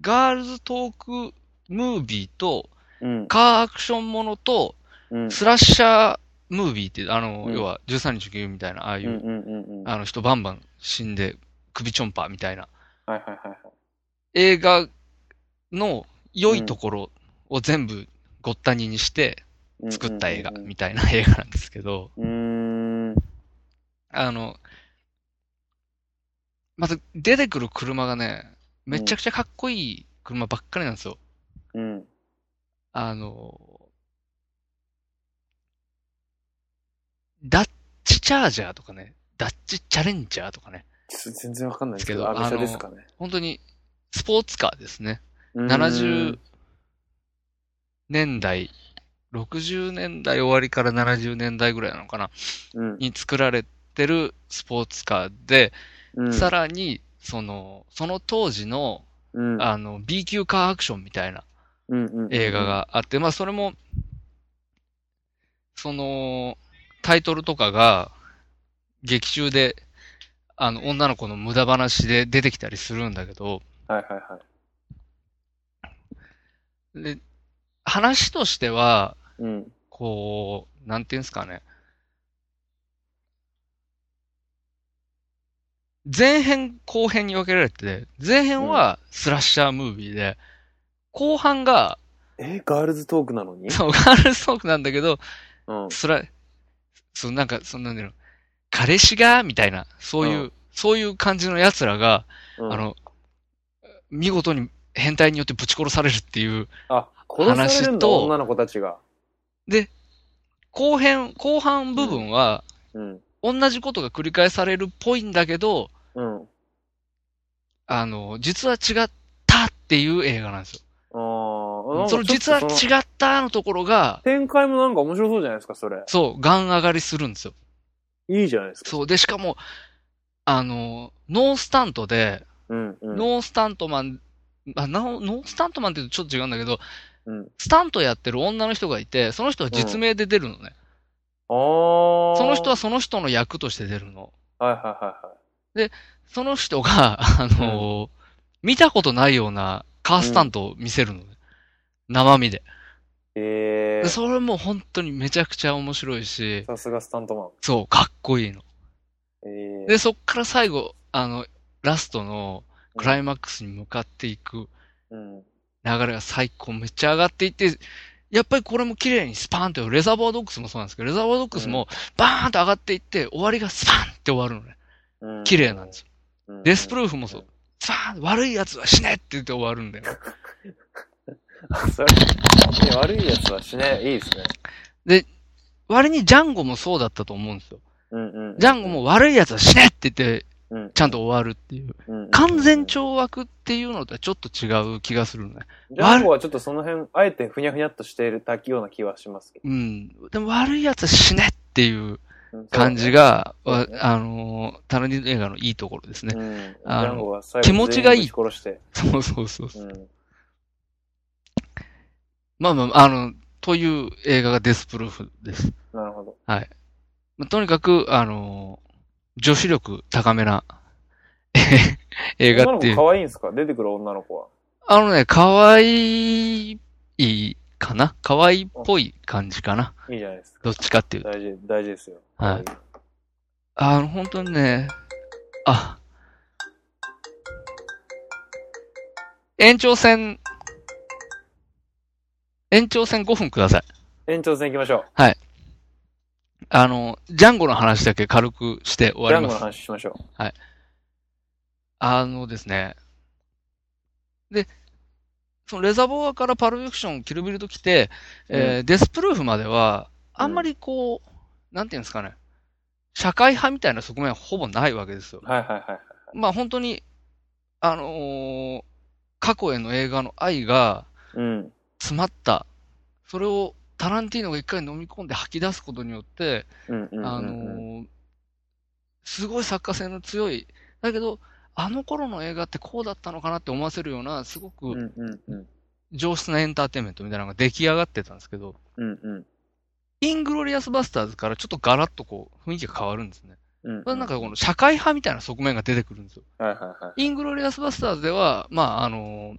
ガールズトークムービーと、うん。カーアクションものと、うん。スラッシャームービーって、あの、うん要は13日級みたいな、ああいう、うんうんうんうん。はいあの人バンバン死んで、首ちょんぱみたいな、はいはいはい。映画の良いところを全部ごったににしてうんうんうんうん作った映画みたいな 映画なんですけど、うーん。あの、まず出てくる車がね、めちゃくちゃかっこいい車ばっかりなんですよ。うん。あの、ダッチチャージャーとかね、ダッチチャレンジャーとかね、ちょっと全然わかんないですけど、ですあ、めけどちゃあのですかね。本当にスポーツカーですね。うーん70。年代、60年代終わりから70年代ぐらいなのかな、うん。に作られてるスポーツカーで、うんさらに、その、その当時の、うんあの、B 級カーアクションみたいなうんうん映画。があって、まあ、それも、その、タイトルとかが、劇中で、あの、女の子の無駄話で出てきたりするんだけど、はいはいはで、話としては、い。うん。こう、なんていうんですかね。前編、後編に分けられてて、前編はスラッシャームービーで、後半が、え、ガールズトークなのにそう、ガールズトークなんだけど、うん。スラ、そう、なんか、そんなんだろうの、彼氏が、みたいな、そういう、うそういう感じの奴らが、うんあ、の、見事に変態によってぶち殺されるっていう、あ、殺されるん話だ、と女の子たちが。後編、後半部分は、うん。同じことが繰り返されるっぽいんだけど、うん。あの、実は違ったっていう映画なんですよ。あーその実はなんかちょっとその違ったのところが、展開もなんか面白そうじゃないですか、それ。そう、ガン上がりするんですよ。いいじゃないですか。そう、で、しかも、あの、ノースタントで、うん、うん。ノースタントマン、あノーノースタントマンって言うとちょっと違うんだけど、うんスタントやってる女の人がいて、その人は実名で出るのね。あーその人は、その人の役として出るの。はいはいはいはい。その 人が、あのー見たことないようなカースタントを見せるのね。生身で。えでー、それも本当にめちゃくちゃ面白いし、さすがスタントマン。そう、かっこいいの。えー、で、そっから最後、あの、ラストのクライマックスに向かっていくうん。流れが最高、めっちゃ上がっていって、やっぱりこれも綺麗にスパーンって、レザーバードックスもそうなんですけど、レザーバードックスもバーンと上がっていって、終わりがスパンって終わるのね。うん綺麗なんですよ。うんデスプルーフもそう。スパーン悪い奴は死ねって言って終わるんだよ。それ、いや悪いやつはしない。いいですね。割にジャンゴもそうだったと思うんですよ。うんうんうん。ジャンゴも悪い奴は死ねって言って、うん、ちゃんと終わるっていう。うんうんうん完全懲悪っていうのとはちょっと違う気がするね。ジャンゴはちょっとその辺、あえてふにゃふにゃっとしていたような気はしますけうん。でも悪い奴は死ねっていうど。うん感じ、が、そうだわねあのー、タラニーノ映画のいいところですねそ。うだねうん、ジあのャンゴは最後気持ちが全いい員ぶち殺して。そうそうそうそう。うん。まあまあ、あの、という映画がデスプルーフです。なるほど。まあとにかく、あのー、女子力高めな、 えへ映女画っのてい子う。可愛いんですか出てくる女の子は。あのね、可愛いかな可愛いっぽい感じかな。いいじゃないですか。どっちかっていうと。大事、大事ですよ。はいあの、本当にね、あ、延長戦、延長戦5分ください。延長戦行きましょう。あの、ジャンゴの話だけ軽くして終わジャりンゴまのす。話しましょう。あのですね。で、そのレザボアからパルフィクション、キルビルと来て、えーデスプルーフまでは、あんまりこう、なんていうんですかね、社会派みたいな側面はほぼないわけですよ。はいはいはい。まあ本当に、あのー過去への映画の愛がうん。詰まった。それをタランティーノが一回飲み込んで吐き出すことによって、うんうんうんうん。あのーすごい作家性の強い。だけど、あの頃の映画ってこうだったのかなって思わせるような、すごうんくうんうん。上質なエンターテインメントみたいなのが出来上がってたんですけど、うんうん。イングロリアスバスターズからちょっとガラッとこう、雰囲気が変わるんですね。うんこれなんかこの社会派みたいな側面が出てくるんですよ。はいはいはい。イングロリアスバスターズでは、まあ、あの、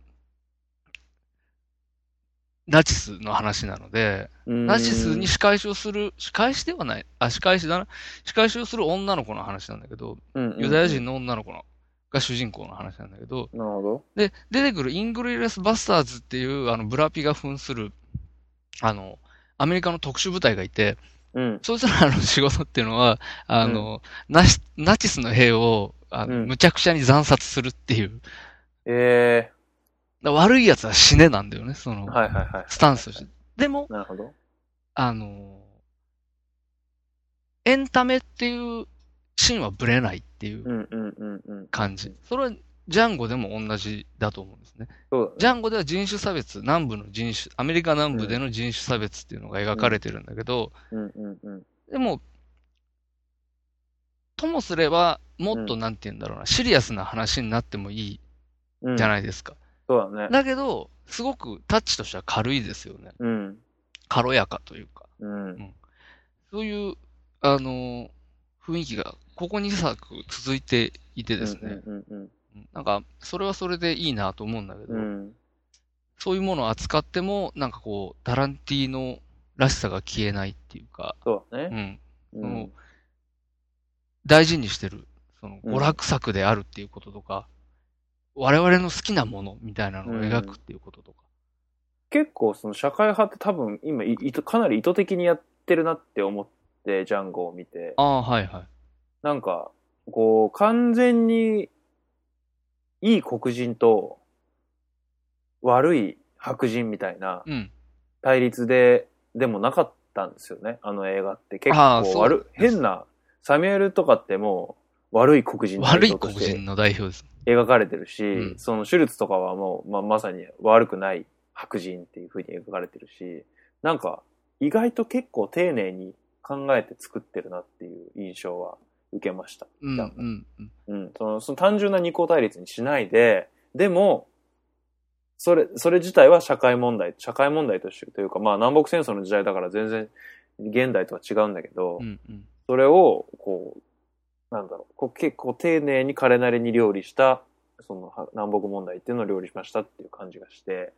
ナチスの話なので、ナチスに仕返しをする、仕返しではない、あ、仕返しだな。仕返しをする女の子の話なんだけど、ユダヤ人の。の女の子のが主人公の話なんだけど、なるほど。で、出てくるイングロリアスバスターズっていう、あの、ブラピが扮する、あの、アメリカの特殊部隊がいて、うん。そいつらの仕事っていうのは、あの、ナシナチスの兵を、あの、うんむちゃくちゃに惨殺するっていう、えだから悪い奴は死ねなんだよね、そのー、、はいはいはい。スタンスとして。でも、なるほど。あの、エンタメっていうシーンはブレないっていううんうんうんうん。感じ。それはジャンゴでも同じだと思うんですね。そうジャンゴでは人種差別、南部の人種、アメリカ南部での人種差別っていうのが描かれてるんだけど、だね。うんうんうん。でも、ともすれば、もっとうなんて言うんだろうな、シリアスな話になってもいいうんじゃないですか。そうだね。だけど、すごくタッチとしては軽いですよね。うん。軽やかというか、うん。そういう、あの、雰囲気が、ここ2作続いていてですね、うんうんなんか、それはそれでいいなと思うんだけど、うん。うん。そういうものを扱っても、なんかこう、タランティーノらしさが消えないっていうか、そううだね。ん、うそのん。大事にしてる、その、うん娯楽作であるっていうこととか、我々の好きなものみたいなのを描くっていうこととか、結構その社会派って多分今い意図かなり意図的にやってるなって思ってジャンゴを見て。ああ、はいはい。なんか、こう、完全に、いい黒人と、悪い白人みたいなうん。対立で、でもなかったんですよね、あの映画って。結あー構そう悪い、変な、サミュエルとかってもう、悪い黒人代悪い表黒として人の代表です。描かれてるし、うんそのシュルツとかはもう、まあ、まさに悪くない白人っていう風に描かれてるし、なんか、意外と結構丁寧に考えて作ってるなっていう印象は受けました。うん、うだん、うん。うん、そのその単純な二項対立にしないで、でも、それ、それ自体は社会問題、社会問題としてというか、まあ南北戦争の時代だから全然現代とは違うんだけど、うん、うん。それを、こう、なんだろう、こう結構丁寧に彼なりに料理した、そのは南北問題っていうのを料理しましたっていう感じがして、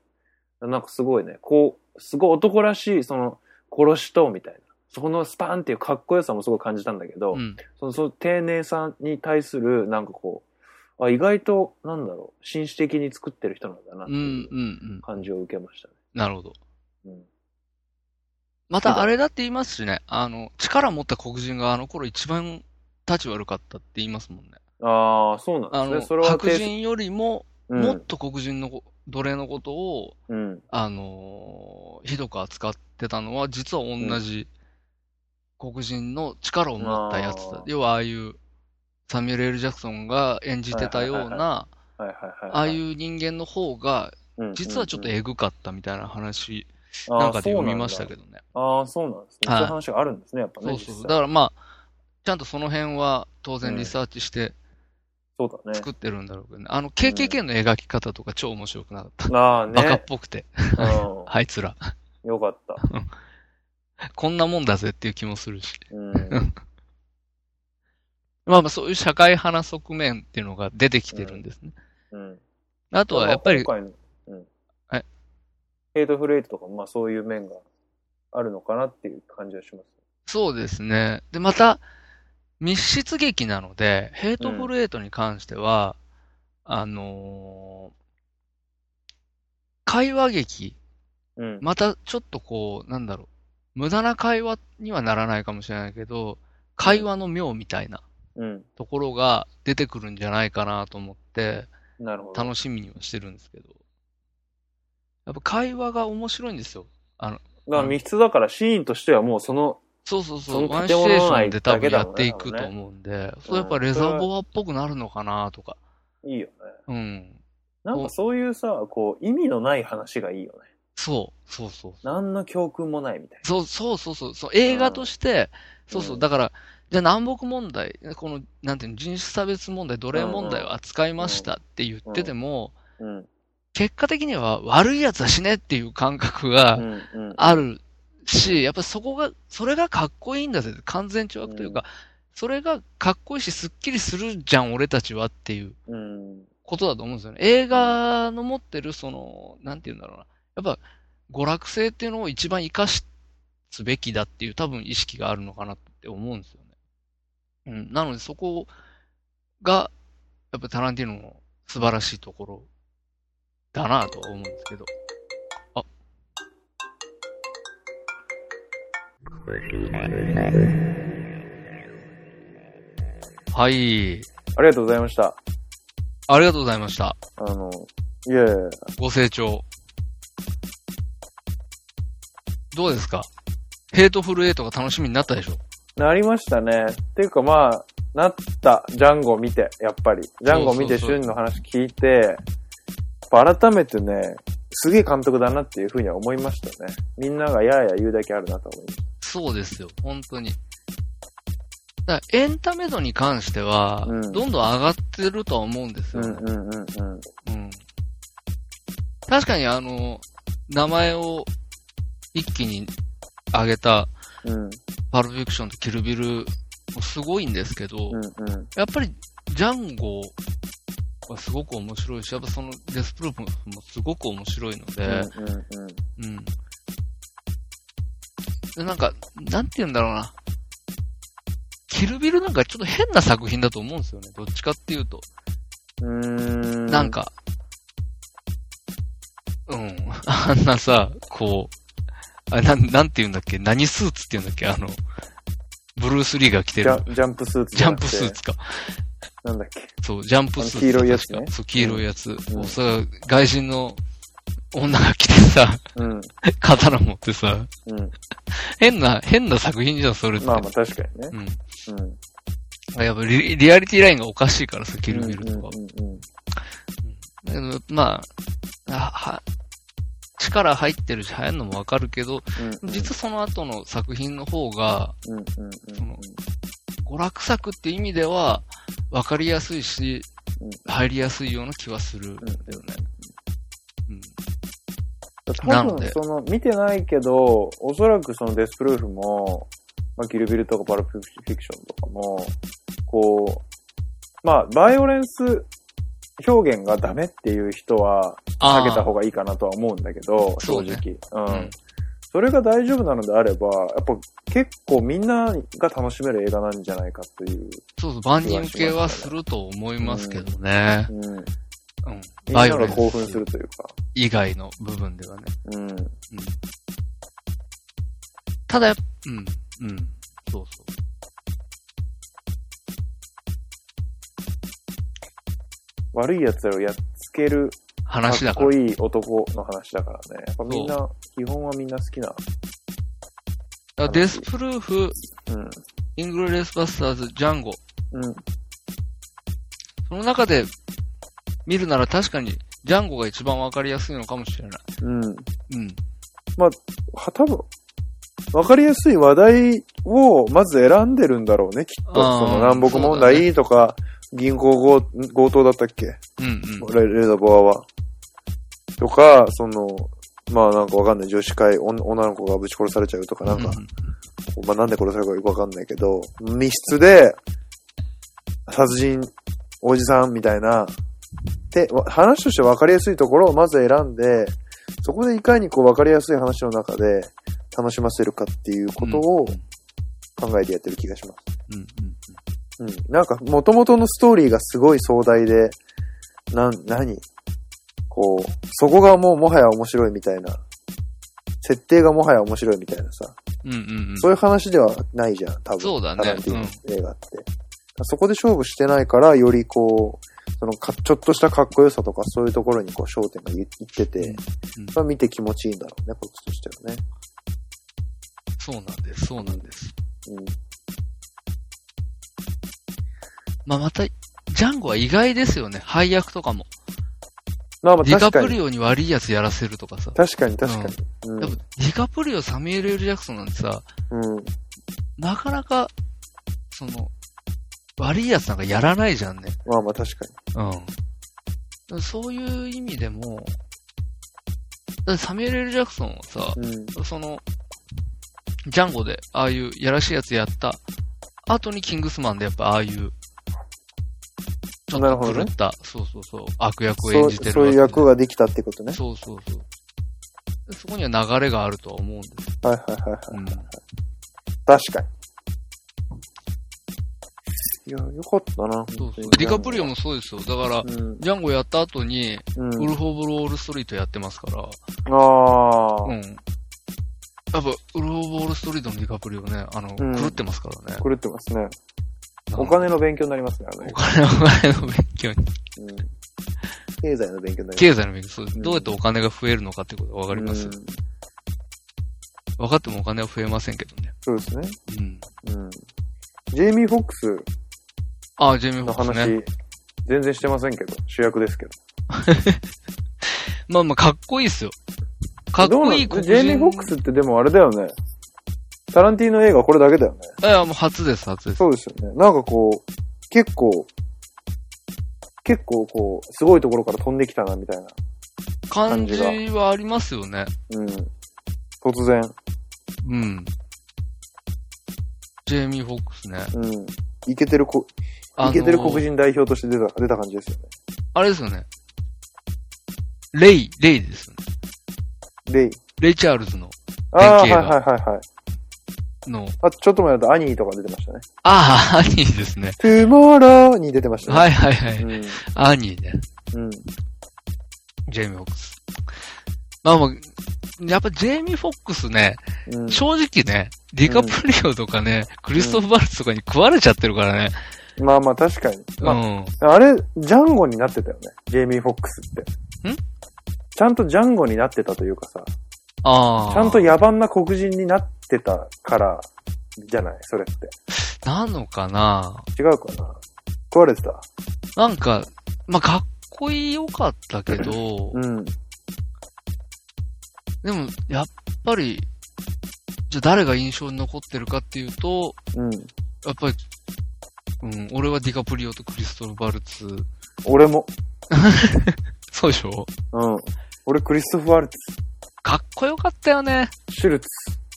なんかすごいね、こう、すごい男らしい、その、殺しと、みたいな。そこのスパーンっていうかっこよさもすごい感じたんだけど、うん。その、その丁寧さに対する、なんかこう、あ、意外と、なんだろう、紳士的に作ってる人なんだな、ってうん、う、いうん感じを受けましたね。なるほど。うんまた、あれだって言いますしね、あの、力持った黒人があの頃一番立ち悪かったって言いますもんね。ああ、そうなあんでの、すね。それは白定数人よりも、うんもっと黒人のこ奴隷のことを、うん。あのーひどく扱ってたのは、実は同じ黒人の力を持ったやつだ。あー要は、ああいう、サミュエル・ L ジャクソンが演じてたようはいはいはいな、はいはいはい。、ああいうう人間の方が、実はちょっとえエグかったみたいな話なんかで読みましたけどね。ああ、そうなんですね。そはいういう話があるんですね、やっぱね。そうそうそう。実だ際からまあ、ちゃんとその辺は当然リサーチしてそうだね。作ってるんだろうけどね。あの、KKK の描き方とか超面白くなかった。ああバカっね。ぽくて。うあいつら。ん。よかった。こんなもんだぜっていう気もするし。うん。まあまあそういう社会派な側面っていうのが出てきてるんですね。うん。あ とはやっぱり、まあ今回の、うん。はい。ヘイトフレイトとか、まあそういう面があるのかなっていう感じはします。そうですね。で、また、密室劇なので、ヘイトフルエイトに関しては、あのー会話劇、うん。またちょっとこう、なんだろう、無駄な会話にはならないかもしれないけど、会話の妙みたいなうん。ところが出てくるんじゃないかなと思って、なるほど。楽しみにはしてるんですけど。やっぱ会話が面白いんですよ。だから密室だからシーンとしてはもうその、そうそうそそう。のワンシチ建物ュエー内ションで多だ分けだやろうねっていくと思うんで、そうやっうぱんレザーボアっぽくなるのかなとか。いいよね。うん。なんかそういうさ、こう、意味のない話がいいよね。そう、そうそう。何の教訓もないみたいそう、そうそうそう。そう映画として、うんそうそう。だから、じゃあ南北問題、この、なんていうの、人種差別問題、奴隷問題を扱いましたって言ってても、な。うん。結果的には悪い奴は死ねっていう感覚が、うん。うん。あるし、やっぱそこが、それがかっこいいんだぜ、完全懲悪というか、それがかっこいいし、すっきりするじゃん、俺たちはっていううん。ことだと思うんですよね。映画の持ってる、その、なんて言うんだろうな。やっぱ、娯楽性っていうのを一番活かすべきだっていう多分意識があるのかなって思うんですよね。うん。なのでそこが、やっぱタランティーノの素晴らしいところだなとは思うんですけど。あ。はい。ありがとうございました。ありがとうございました。あの、いやいやいやご清聴。どうですかヘイトフルエイトが楽しみになったでしょなりましたね。っていうかまあ、なった、ジャンゴを見て、やっぱり。ジャンゴを見て、そうそシうそうュンの話聞いて、やっぱ改めてね、すげえ監督だなっていうふうには思いましたね。みんながやーや言うだけあるなと思いましそうですよ、本当に。だからエンタメ度に関しては、うんどんどん上がってるとは思うんですた。よ、うねんうんうんうん。うん確かにあの、名前を一気に上げたうんパルプフィクションとキルビルもすごいんですけど、うんうん。やっぱりジャンゴはすごく面白いし、やっぱそのデスプルーフもすごく面白いので、うんうんうん。うん。でなんか、なんて言うんだろうな。キルビルなんかちょっと変な作品だと思うんですよね。どっちかっていうと。うーん。なん。か、うん。 あんなさ、こう、あなん、なんて言うんだっけ何スーツって言うんだっけあの、ブルース・リーが着てジるャンジャンプスーツジじゃャンなくプて。スーツか。なんだっけ。そう、ジャンプスーツ。あの黄色いやつね確かそう、黄色いやつ。んうさ、外人の女が着てさ、 うん。刀持ってさ、うん。変な、変な作品じゃん、それって。まあまあ確かにね。うん。うん。やっぱリリアリティラインがおかしいからさ、キルビルとか。うんうんうん。だけど、まあ、あは、力入ってるし、流行るのもわかるけど、うんうん実はその後の作品の方が、うんうんうんうん。娯楽作って意味では、わかりやすいしうん、入りやすいような気はするんだよね。うん。な多の分でその見てないけど、おそらくそのデスプルーフも、まあ、キルビルとかパルプフィクションとかも、こう、まあ、バイオレンス表現がダメっていう人は、あ避ーけた方がいいかなとは思うんだけど、そ正うね直。ううんん。それが大丈夫なのであれば、やっぱ結構みんなが楽しめる映画なんじゃないかという。そうそう、万人受けはすると思いますけどね。うん。うん。みんバなイオレがンス興奮するというか。以外の部分ではね。うん。うん。ただやっ、うん、うん。そうそう。悪い奴らをやっつける話だかかっら。こいい男の話だからね。やっぱみんな、基本はみんな好きな。だからデスプルーフ、うん。イングレスバスターズ、ジャンゴ。うん。その中で見るなら確かに、ジャンゴが一番わかりやすいのかもしれない。うん。うん。は、多分、わかりやすい話題をまず選んでるんだろうね、きっと。あーその南北問そうだ題とか、銀行強強盗だったっけうんうん。レレザボアは。とか、その、まあなんかわかんない、女子会、おん女の子がぶち殺されちゃうとか、なんかう、まあなんで殺されるかよくわかんないけど、密室で、殺人、おじさんみたいな、で、わ話として分かりやすいところをまず選んで、そこでいかにこう分かりやすい話の中で楽しませるかっていうことをうん考えてやってる気がします。うんうん。うん。なんか、元々のストーリーがすごい壮大で、なん、何こう、そこがもうもはや面白いみたいな、設定がもはや面白いみたいなさ、うんうんうん。そういう話ではないじゃん、多分。そうだねタランティーノの映画って。そこで勝負してないから、よりこう、そのか、ちょっとしたかっこよさとか、そういうところにこう、焦点がいいってて、まあ見て気持ちいいんだろうね、こっちとしてはね。そうなんです、そうなんです。うん。まあ、また、ジャンゴは意外ですよね。配役とかも。まあまあディカ確かプに、リオに悪いやつやらせるとかさ。確かに確かに。うんでも。ディカプリオ、サミュエル・ L ジャクソンなんてさ、うん。なかなか、その、悪いやつなんかやらないじゃんね。まあまあ確かに。うん。そういう意味でも、だってサミュエル・ L ジャクソンはさ、うん。その、ジャンゴで、ああいうやらしいやつやった後にキングスマンでやっぱああいう、ちょっなるほとど狂ねった、そうそうそう、悪役をそ演うじてるそういうわけで役ができたってことね。そうそうそう。でそこには流れがあるとは思うんですよ。はいはいはい。はいうん。確かに。いや、よかったな。そうそう。ディカプリオもそうですよ。だから、うん。ジャンゴやった後に、うウルん。フ・オブ・ロール・ストリートやってますから。ああ、うん。やっぱ、ウルフ・オブ・ロール・ストリートのディカプリオね、あの、うん狂ってますからね。狂ってますね。なんお金の勉強になりますね、あのお金、お金の勉強に。うん。経済の勉強になり経済の勉強、そうですどうやってお金が増えるのかってことが分かりまますす。よう。ん分かってもお金は増えませんけどね。そうですね。うん。うん。ジェイミー・フォックスああ、ジェイミー・のフォック話、スね。全然してませんけど、主役ですけど。まあまあ、かっこいいっすよ。かっこいいどうなの黒人。ジェイミー・フォックスってでもあれだよね。タランティーノ映画これだけだよね。いや、もう初です、初です。そうですよね。なんかこう、結構、結構こう、すごいところから飛んできたな、みたいな。感感じじがはありますよね。うん。突然。うん。ジェイミー・フォックスね。うん。イケてるこ、あのイケてる黒人代表として出た、出た感じですよね。あれですよね。レイ、レイですよね。レイ。レイ・チャールズの、ああ、は典い型はいがはいはい。の、あ、ちょっと前だとアニーとか出てましたね。ああ、アニーですね。トゥモローに出てましたね。はいはいはい。うん。アニーね。うん。ジェイミー・フォックス。まあまあ、やっぱジェイミー・フォックスね、うん。正直ね、ディカプリオとかね、クリストフ・バルツとかに食われちゃってるからね。まあまあ確かに。うまん。あ、あれ、ジャンゴになってたよね。ジェイミー・フォックスって。んちゃんとジャンゴになってたというかさ、ああ。ちゃんと野蛮な黒人になってたから、じゃないそれって。なのかな違うかな食われてた。なんか、まあ、かっこいいよかったけど、うん。でも、やっぱり、じゃあ誰が印象に残ってるかっていうと、うん。やっぱり、うん、俺はディカプリオとクリストフ・バルツ。俺も。そうでしょうん。俺、クリストフ・ワルツ、かっこよかったよね。シュルツ、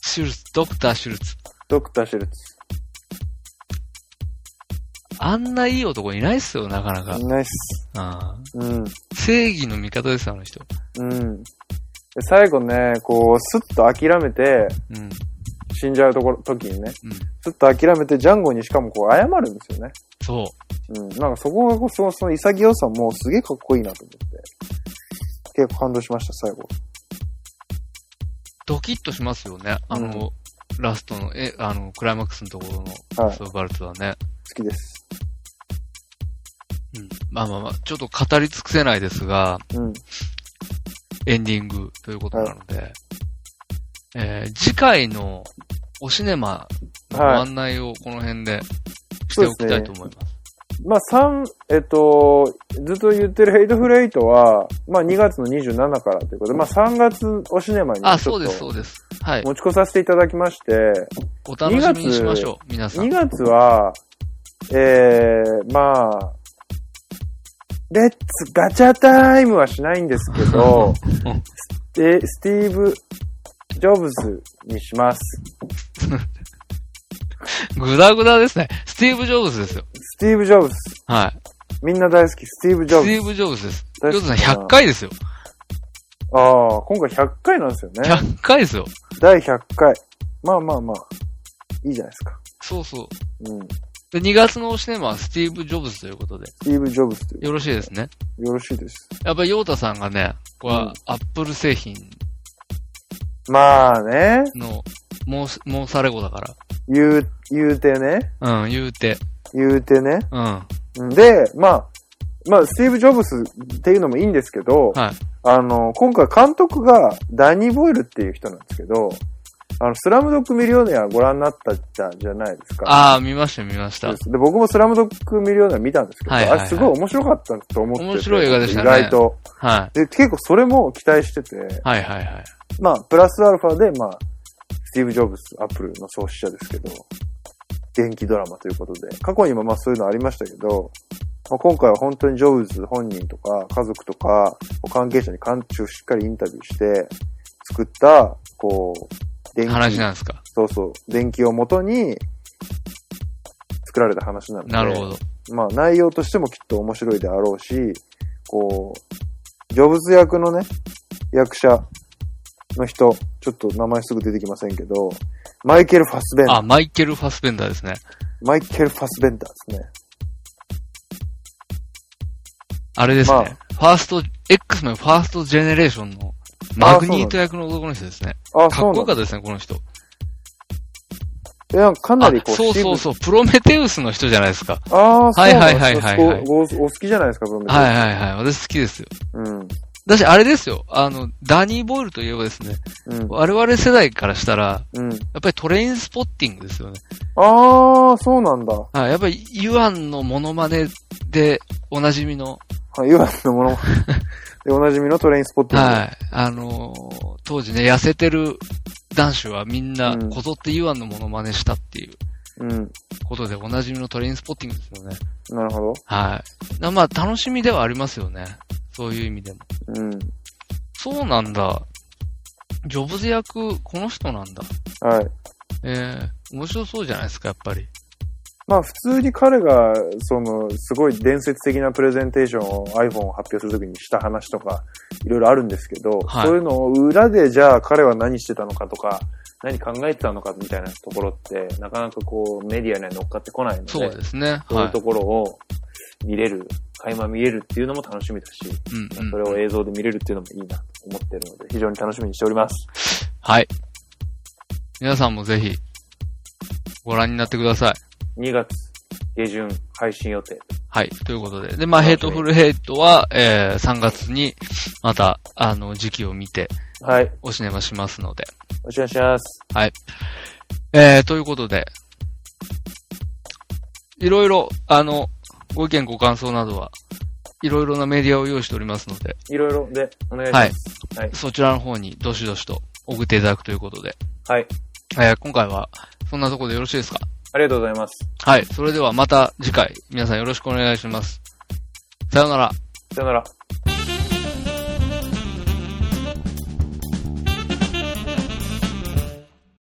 シュルツ、ドクター・シュルツ。ドクター・シュルツ。あんないい男いないっすよ、なかなか。ナイス。あーうん。正義の味方です、あの人。うん。で最後ね、こう、スッと諦めて、うん。うん。死んじゃうところ、時にね、スッと諦めて、ジャンゴにしかもこう、謝るんですよね。そう。うん。なんかそこがこう、その、その潔さもすげえかっこいいなと思って。結構感動しました、最後。ドキッとしますよね。あの、ラストの、え、あの、クライマックスのところの、はいそうバルトはね。好きです。うん。まあまあまあ、ちょっと語り尽くせないですが、うん。エンディングということなので、えー次回のおシネマのご案内をこの辺でしておきたいと思います。まあ、三えっと、ずっと言ってるヘイトフレイトは、まあ、2月の27からということで、まあ、3月おシネマにあ、ちそょうっです、とそうです。はい。持ち越させていただきまして、お楽しみにしましょう、皆さ2ん。月は、えー、まあ、レッツガチャタイムはしないんですけ ど、でスティーブ・ジョブズにします。ぐだぐだですね。スティーブ・ジョブズですよ。スティーブ・ジョブズ。はい。みんな大好き、スティーブ・ジョスブズ。ティーブ・ジョブズです。ジョ大ブ好ズきさだんな100回ですよ。ああ、今回100回なんですよね。 100回ですよ。第100回。まあまあまあ、いいじゃないですか。そうそう。うん。スで、2月のおシネマはスティーブ・ジョブズということで、ティーブ・ジョブズという。よろしいですね。よろしいです。やっぱりヨータさんがね、これうはんアップル製品まあね、の、もうす、もうされ子だか言う、言うてね、ら。うん、言うて。言うてね。うん。はで、まあ、まあ、スティーブ・ジョブズっていうのもいいんですけど、い。あの、今回監督がダニー・ボイルっていう人なんですけど、あの、スラムドッグ・ミリオネアご覧になったじゃないですか。ああ、見ました、見ましそたうで。すで、僕もスラムドッグ・ミリオネア見たんですけど、はいはいはいあれすごい面白かったと思ってて面白い映画でしたね意外と。はで、結構それも期待しててい。、はい、はい、はい。まあ、プラスアルファで、まあ、スティーブ・ジョブズ、アップルの創始者ですけど、電気ドラマということで、過去にもまあそういうのありましたけど、まあ、今回は本当にジョブズ本人とか家族とか関係者に関中しっかりインタビューして作った、こう、電話なんですか。そうそう、電気をもとに作られた話なので、なるほど。まあ内容としてもきっと面白いであろうし、こう、ジョブズ役のね、役者の人、ちょっと名前すぐ出てきませんけど、マイケル・ファスベンダー。あ、マイケル・ファスベンダーですね。マイケル・ファスベンダーですね。あれですね。まあファースト、X メンファーストジェネレーションのマグニート役の男の人ですね。あ、かそうなっこよんかっだたですね、この人。いや。かなありこう、そうそうう。そう、プロメテウスの人じゃないですか。ああ、そうなんだはいはいはいはいはいおおお好きじゃないですか、ブロメテウスはいはいはい。私好きですよ。うん。だし、あれですよ。あの、ダニー・ボイルといえばですね、うん。我々世代からしたら、うん。やっぱりトレインスポッティングですよね。ああ、そうなんだ。はい、やっぱりユアンのモノマネでおなじみの、はい、ユアンの もの。で、おなじみのトレインスポット。はい、あのー当時ね、痩せてる男子はみんなうんこぞってユアンのモノマネしたっていううん。ことでおなじみのトレインスポッティングですよね。なるほど。はい。なまあ、楽しみではありますよね。そういう意味でも。うん。そうなんだ。ジョブズ役、この人なんだ。はい。ええ面白そうじゃないですか、やっぱり。まあ普通に彼が、その、すごい伝説的なプレゼンテーションを iPhone を発表するときにした話とか、いろいろあるんですけど、はいそういうのを裏でじゃあ彼は何してたのかとか、何考えてたのかみたいなところって、なかなかこうメディアには乗っかってこないので、そうですね。そういうはところを見れる、垣間見れるっていうのも楽しみだし、い。うんうんそれを映像で見れるっていうのもいいなと思ってるので、非常に楽しみにしております。はい。皆さんもぜひ、ご覧になってください。 2月下旬配信予定。はい。ということで。で、まあ、ヘイ楽しみトフルヘイトは、えー、3月に、また、あの、時期を見て、はい。おしねましますので。お願いします。えー、ということで、いろいろ、あの、ご意見ご感想などは、いろいろなメディアを用意しておりますので、いろいろでお願いします。はい。そちらの方にどしどしと送っていただくということで、はい。えー、今回は、そんなところでよろしいですかありがとうございます。はい。それではまた次回、皆さんよろしくお願いします。さようなら。さよなら。